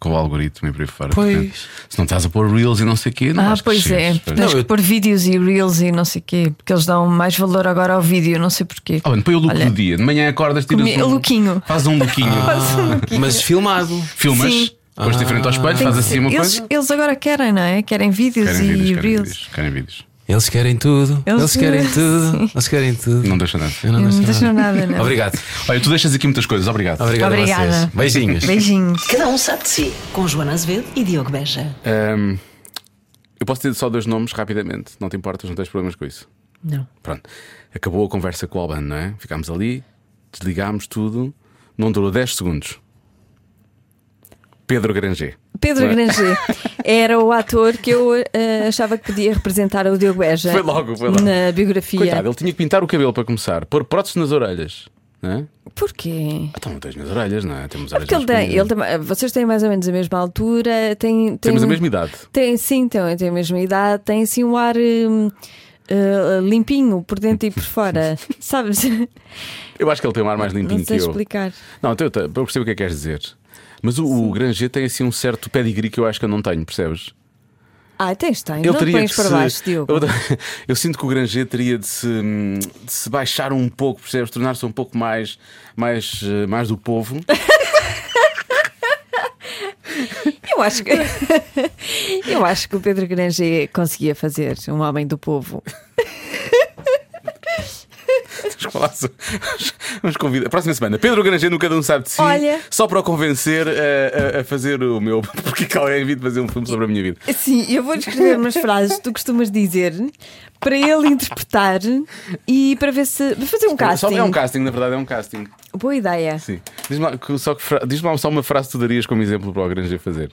[SPEAKER 2] com o algoritmo e por aí fora.
[SPEAKER 5] Pois.
[SPEAKER 2] Portanto, se não estás a pôr reels e não sei o quê, não
[SPEAKER 3] Ah,
[SPEAKER 2] vais
[SPEAKER 3] pois
[SPEAKER 2] crescer.
[SPEAKER 3] é.
[SPEAKER 2] Portanto,
[SPEAKER 3] Tens
[SPEAKER 5] Não,
[SPEAKER 3] que
[SPEAKER 5] eu-
[SPEAKER 3] pôr vídeos e reels e não sei o quê. Porque eles dão mais valor agora ao vídeo, não sei porquê.
[SPEAKER 2] Ah, bem, põe o look
[SPEAKER 3] Olha.
[SPEAKER 2] do dia. De manhã acordas, tiras
[SPEAKER 3] Comi-
[SPEAKER 2] um.
[SPEAKER 3] lookinho.
[SPEAKER 2] Faz um lookinho.
[SPEAKER 3] [laughs]
[SPEAKER 5] Mas filmado.
[SPEAKER 2] Filmas,
[SPEAKER 3] Sim.
[SPEAKER 2] pões te em frente ao espelho,
[SPEAKER 3] Tem
[SPEAKER 2] faz
[SPEAKER 3] que-
[SPEAKER 2] assim uma
[SPEAKER 3] eles,
[SPEAKER 2] coisa.
[SPEAKER 3] eles agora querem, não é? Querem vídeos
[SPEAKER 2] Querem
[SPEAKER 3] e
[SPEAKER 2] vídeos, querem
[SPEAKER 3] reels.
[SPEAKER 2] vídeos, querem vídeos.
[SPEAKER 5] Eles querem tudo. Eles,
[SPEAKER 3] Eles- Hum,
[SPEAKER 5] querem tudo. Eles querem tudo.
[SPEAKER 2] Não deixa nada.
[SPEAKER 5] Eu não,
[SPEAKER 3] Eu
[SPEAKER 5] deixo
[SPEAKER 3] Não deixam nada, não.
[SPEAKER 5] Obrigado.
[SPEAKER 2] Olha, tu deixas aqui muitas coisas, obrigado.
[SPEAKER 5] Obrigado
[SPEAKER 3] Obrigada.
[SPEAKER 5] a vocês. Beijinhos.
[SPEAKER 3] Beijinhos.
[SPEAKER 1] Cada um sabe de si. Com Joana Azevedo e Diogo Beja.
[SPEAKER 2] Ahm, eu posso ter só dois nomes rapidamente, não te importas, não tens problemas com isso.
[SPEAKER 3] Não.
[SPEAKER 2] Pronto. Acabou a conversa com o Albano, não é? Ficámos ali, desligámos tudo, não durou 10 segundos. Pedro Granger.
[SPEAKER 3] Pedro
[SPEAKER 2] Ué.
[SPEAKER 3] Granger. era o ator que eu eh, achava que podia representar o Diogo Beja
[SPEAKER 2] Foi logo, foi logo.
[SPEAKER 3] na biografia.
[SPEAKER 2] Coitado, ele tinha que pintar o cabelo para começar, pôr próteses nas orelhas. Não é?
[SPEAKER 3] Porquê?
[SPEAKER 2] Então não tens nas orelhas, não é? Temos
[SPEAKER 3] É
[SPEAKER 2] orelhas
[SPEAKER 3] porque ele tem, um-
[SPEAKER 2] pequeninas.
[SPEAKER 3] ele tem- vocês têm mais ou menos a mesma altura, têm, têm-
[SPEAKER 2] Temos a mesma idade.
[SPEAKER 3] Tem, sim, tem, tem a mesma idade, tem assim um ar hum, eh, limpinho por dentro e por fora,
[SPEAKER 2] [laughs]
[SPEAKER 3] sabes?
[SPEAKER 2] Eu acho que ele tem um ar mais limpinho
[SPEAKER 3] Não sei
[SPEAKER 2] que eu.
[SPEAKER 3] explicar.
[SPEAKER 2] Não, então eu, te- eu percebo o que é que queres dizer. Mas o, o Granger tem assim um certo pedigree que eu acho que eu não tenho, percebes?
[SPEAKER 3] Ah, tens, tens.
[SPEAKER 2] Ele
[SPEAKER 3] não te
[SPEAKER 2] teria
[SPEAKER 3] pões
[SPEAKER 2] que
[SPEAKER 3] para
[SPEAKER 2] se-
[SPEAKER 3] baixo, Diogo.
[SPEAKER 2] Eu, [laughs] eu sinto que o Granger teria de se, hum, de se baixar um pouco, percebes? Tornar-se um pouco mais, mais, eh, mais do
[SPEAKER 3] [laughs]
[SPEAKER 2] povo.
[SPEAKER 3] Eu acho que [laughs] eu acho que o Pedro Granger conseguia fazer um homem do povo.
[SPEAKER 2] Vamos falar sobre- Vamos convidar. Próxima semana, Pedro Granger no Cada Um Sabe de Si.
[SPEAKER 3] Olha.
[SPEAKER 2] Só para o convencer eh, a, a- a fazer o meu. [laughs] Porque que alguém vir fazer um filme sobre a minha vida.
[SPEAKER 3] Sim, eu vou escrever umas frases que tu costumas dizer para ele interpretar e para ver se para fazer um
[SPEAKER 2] Só-
[SPEAKER 3] casting.
[SPEAKER 2] É um casting, na verdade, é um casting.
[SPEAKER 3] Boa ideia.
[SPEAKER 2] Sim. Diz-me lá, que- só, que fra- diz-me lá só uma frase que tu darias como exemplo para o Granger fazer.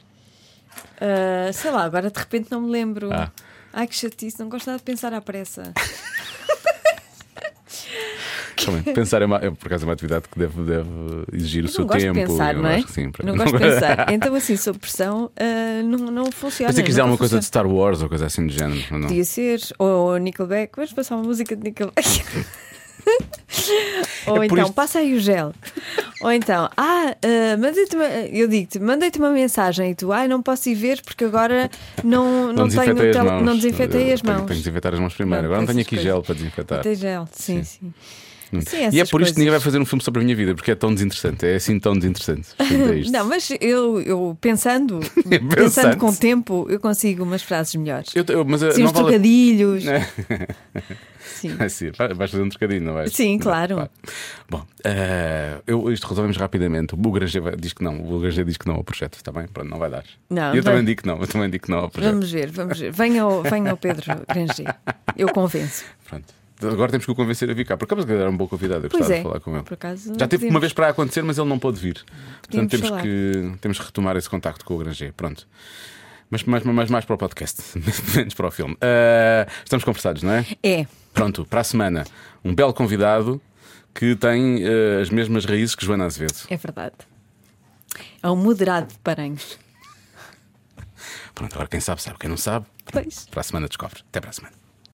[SPEAKER 3] Ah, sei lá, agora de repente não me lembro.
[SPEAKER 2] Ah.
[SPEAKER 3] Ai que chatice, não gosto nada de pensar à pressa.
[SPEAKER 2] Também,
[SPEAKER 3] [laughs]
[SPEAKER 2] pensar é, uma, é, por acaso é uma atividade que deve, deve exigir o
[SPEAKER 3] Eu
[SPEAKER 2] seu
[SPEAKER 3] não gosto
[SPEAKER 2] tempo.
[SPEAKER 3] de pensar,
[SPEAKER 2] eu
[SPEAKER 3] não é?
[SPEAKER 2] acho que sim, para- [laughs]
[SPEAKER 3] não gosto de pensar. Então, assim, sob pressão, ah, não, não funciona.
[SPEAKER 2] Mas se quiser
[SPEAKER 3] nunca
[SPEAKER 2] uma é coisa de
[SPEAKER 3] funciona.
[SPEAKER 2] Star Wars ou coisa assim do género. ou Não.
[SPEAKER 3] Podia ser, ou Nickelback, vamos passar uma música de
[SPEAKER 2] [laughs]
[SPEAKER 3] Nickelback. ou
[SPEAKER 2] É por
[SPEAKER 3] então,
[SPEAKER 2] isto-
[SPEAKER 3] passa aí o gel. ou então, ah, ah, mandei-te uma- eu digo-te, mandei-te uma mensagem e tu, ai, não posso ir ver porque agora não, não, tenho
[SPEAKER 2] desinfetei as
[SPEAKER 3] tele-
[SPEAKER 2] mãos.
[SPEAKER 3] não desinfetei as
[SPEAKER 2] Eu tenho-
[SPEAKER 3] mãos.
[SPEAKER 2] Tenho que desinfetar as mãos primeiro.
[SPEAKER 3] Pronto,
[SPEAKER 2] Agora não tenho
[SPEAKER 3] essas
[SPEAKER 2] aqui
[SPEAKER 3] coisas.
[SPEAKER 2] gel para desinfetar.
[SPEAKER 3] Tem gel, sim, sim. Sim,
[SPEAKER 2] E é
[SPEAKER 3] essas
[SPEAKER 2] por isto que ninguém vai
[SPEAKER 3] coisas.
[SPEAKER 2] fazer um filme sobre a minha vida, porque é tão desinteressante. É assim tão
[SPEAKER 3] [laughs]
[SPEAKER 2] desinteressante. Portanto, é isto.
[SPEAKER 3] Não, mas eu, eu
[SPEAKER 2] [laughs]
[SPEAKER 3] pensando, pensando,
[SPEAKER 2] Pensando.
[SPEAKER 3] com o tempo, eu consigo umas frases melhores.
[SPEAKER 2] Eu- eu- mas, eh,
[SPEAKER 3] Sim,
[SPEAKER 2] não
[SPEAKER 3] uns
[SPEAKER 2] vale-
[SPEAKER 3] trocadilhos. [laughs]
[SPEAKER 2] [laughs]
[SPEAKER 3] Sim.
[SPEAKER 2] Ah, [laughs] sim, vai- vais fazer um trocadilho, não vais?
[SPEAKER 3] Sim,
[SPEAKER 2] Não,
[SPEAKER 3] claro.
[SPEAKER 2] vai. Bom, eh, eu, isto resolvemos rapidamente. O Granger vai- diz que não. O Granger diz que não ao projeto, está bem? Pronto, não vai dar.
[SPEAKER 3] Não,
[SPEAKER 2] eu
[SPEAKER 3] vai-
[SPEAKER 2] também digo que não. Eu também digo que não ao projeto.
[SPEAKER 3] Vamos ver, vamos ver. Venha ao, venha ao Pedro Granger. Eu
[SPEAKER 2] [laughs]
[SPEAKER 3] convenço.
[SPEAKER 2] Pronto. Agora temos que o convencer a vir cá. Por acaso ele era um bom convidado, eu
[SPEAKER 3] Pois
[SPEAKER 2] gostava
[SPEAKER 3] é.
[SPEAKER 2] de falar com ele.
[SPEAKER 3] Por acaso,
[SPEAKER 2] Já teve
[SPEAKER 3] podíamos-
[SPEAKER 2] uma vez para acontecer, mas ele não pôde vir. Portanto,
[SPEAKER 3] Podíamos
[SPEAKER 2] temos
[SPEAKER 3] falar.
[SPEAKER 2] que, temos que retomar esse contacto com o Granger. Pronto. Mas mais, mais, mais para o podcast, [laughs] menos para o filme. Ah, estamos conversados, não é?
[SPEAKER 3] É.
[SPEAKER 2] Pronto, para a semana, um belo convidado que tem eh, as mesmas raízes que Joana Azevedo.
[SPEAKER 3] É verdade. É um moderado de Paranhos.
[SPEAKER 2] Pronto, agora quem sabe, sabe. Quem não sabe,
[SPEAKER 3] Pois.
[SPEAKER 2] para a semana descobre. Até para a semana.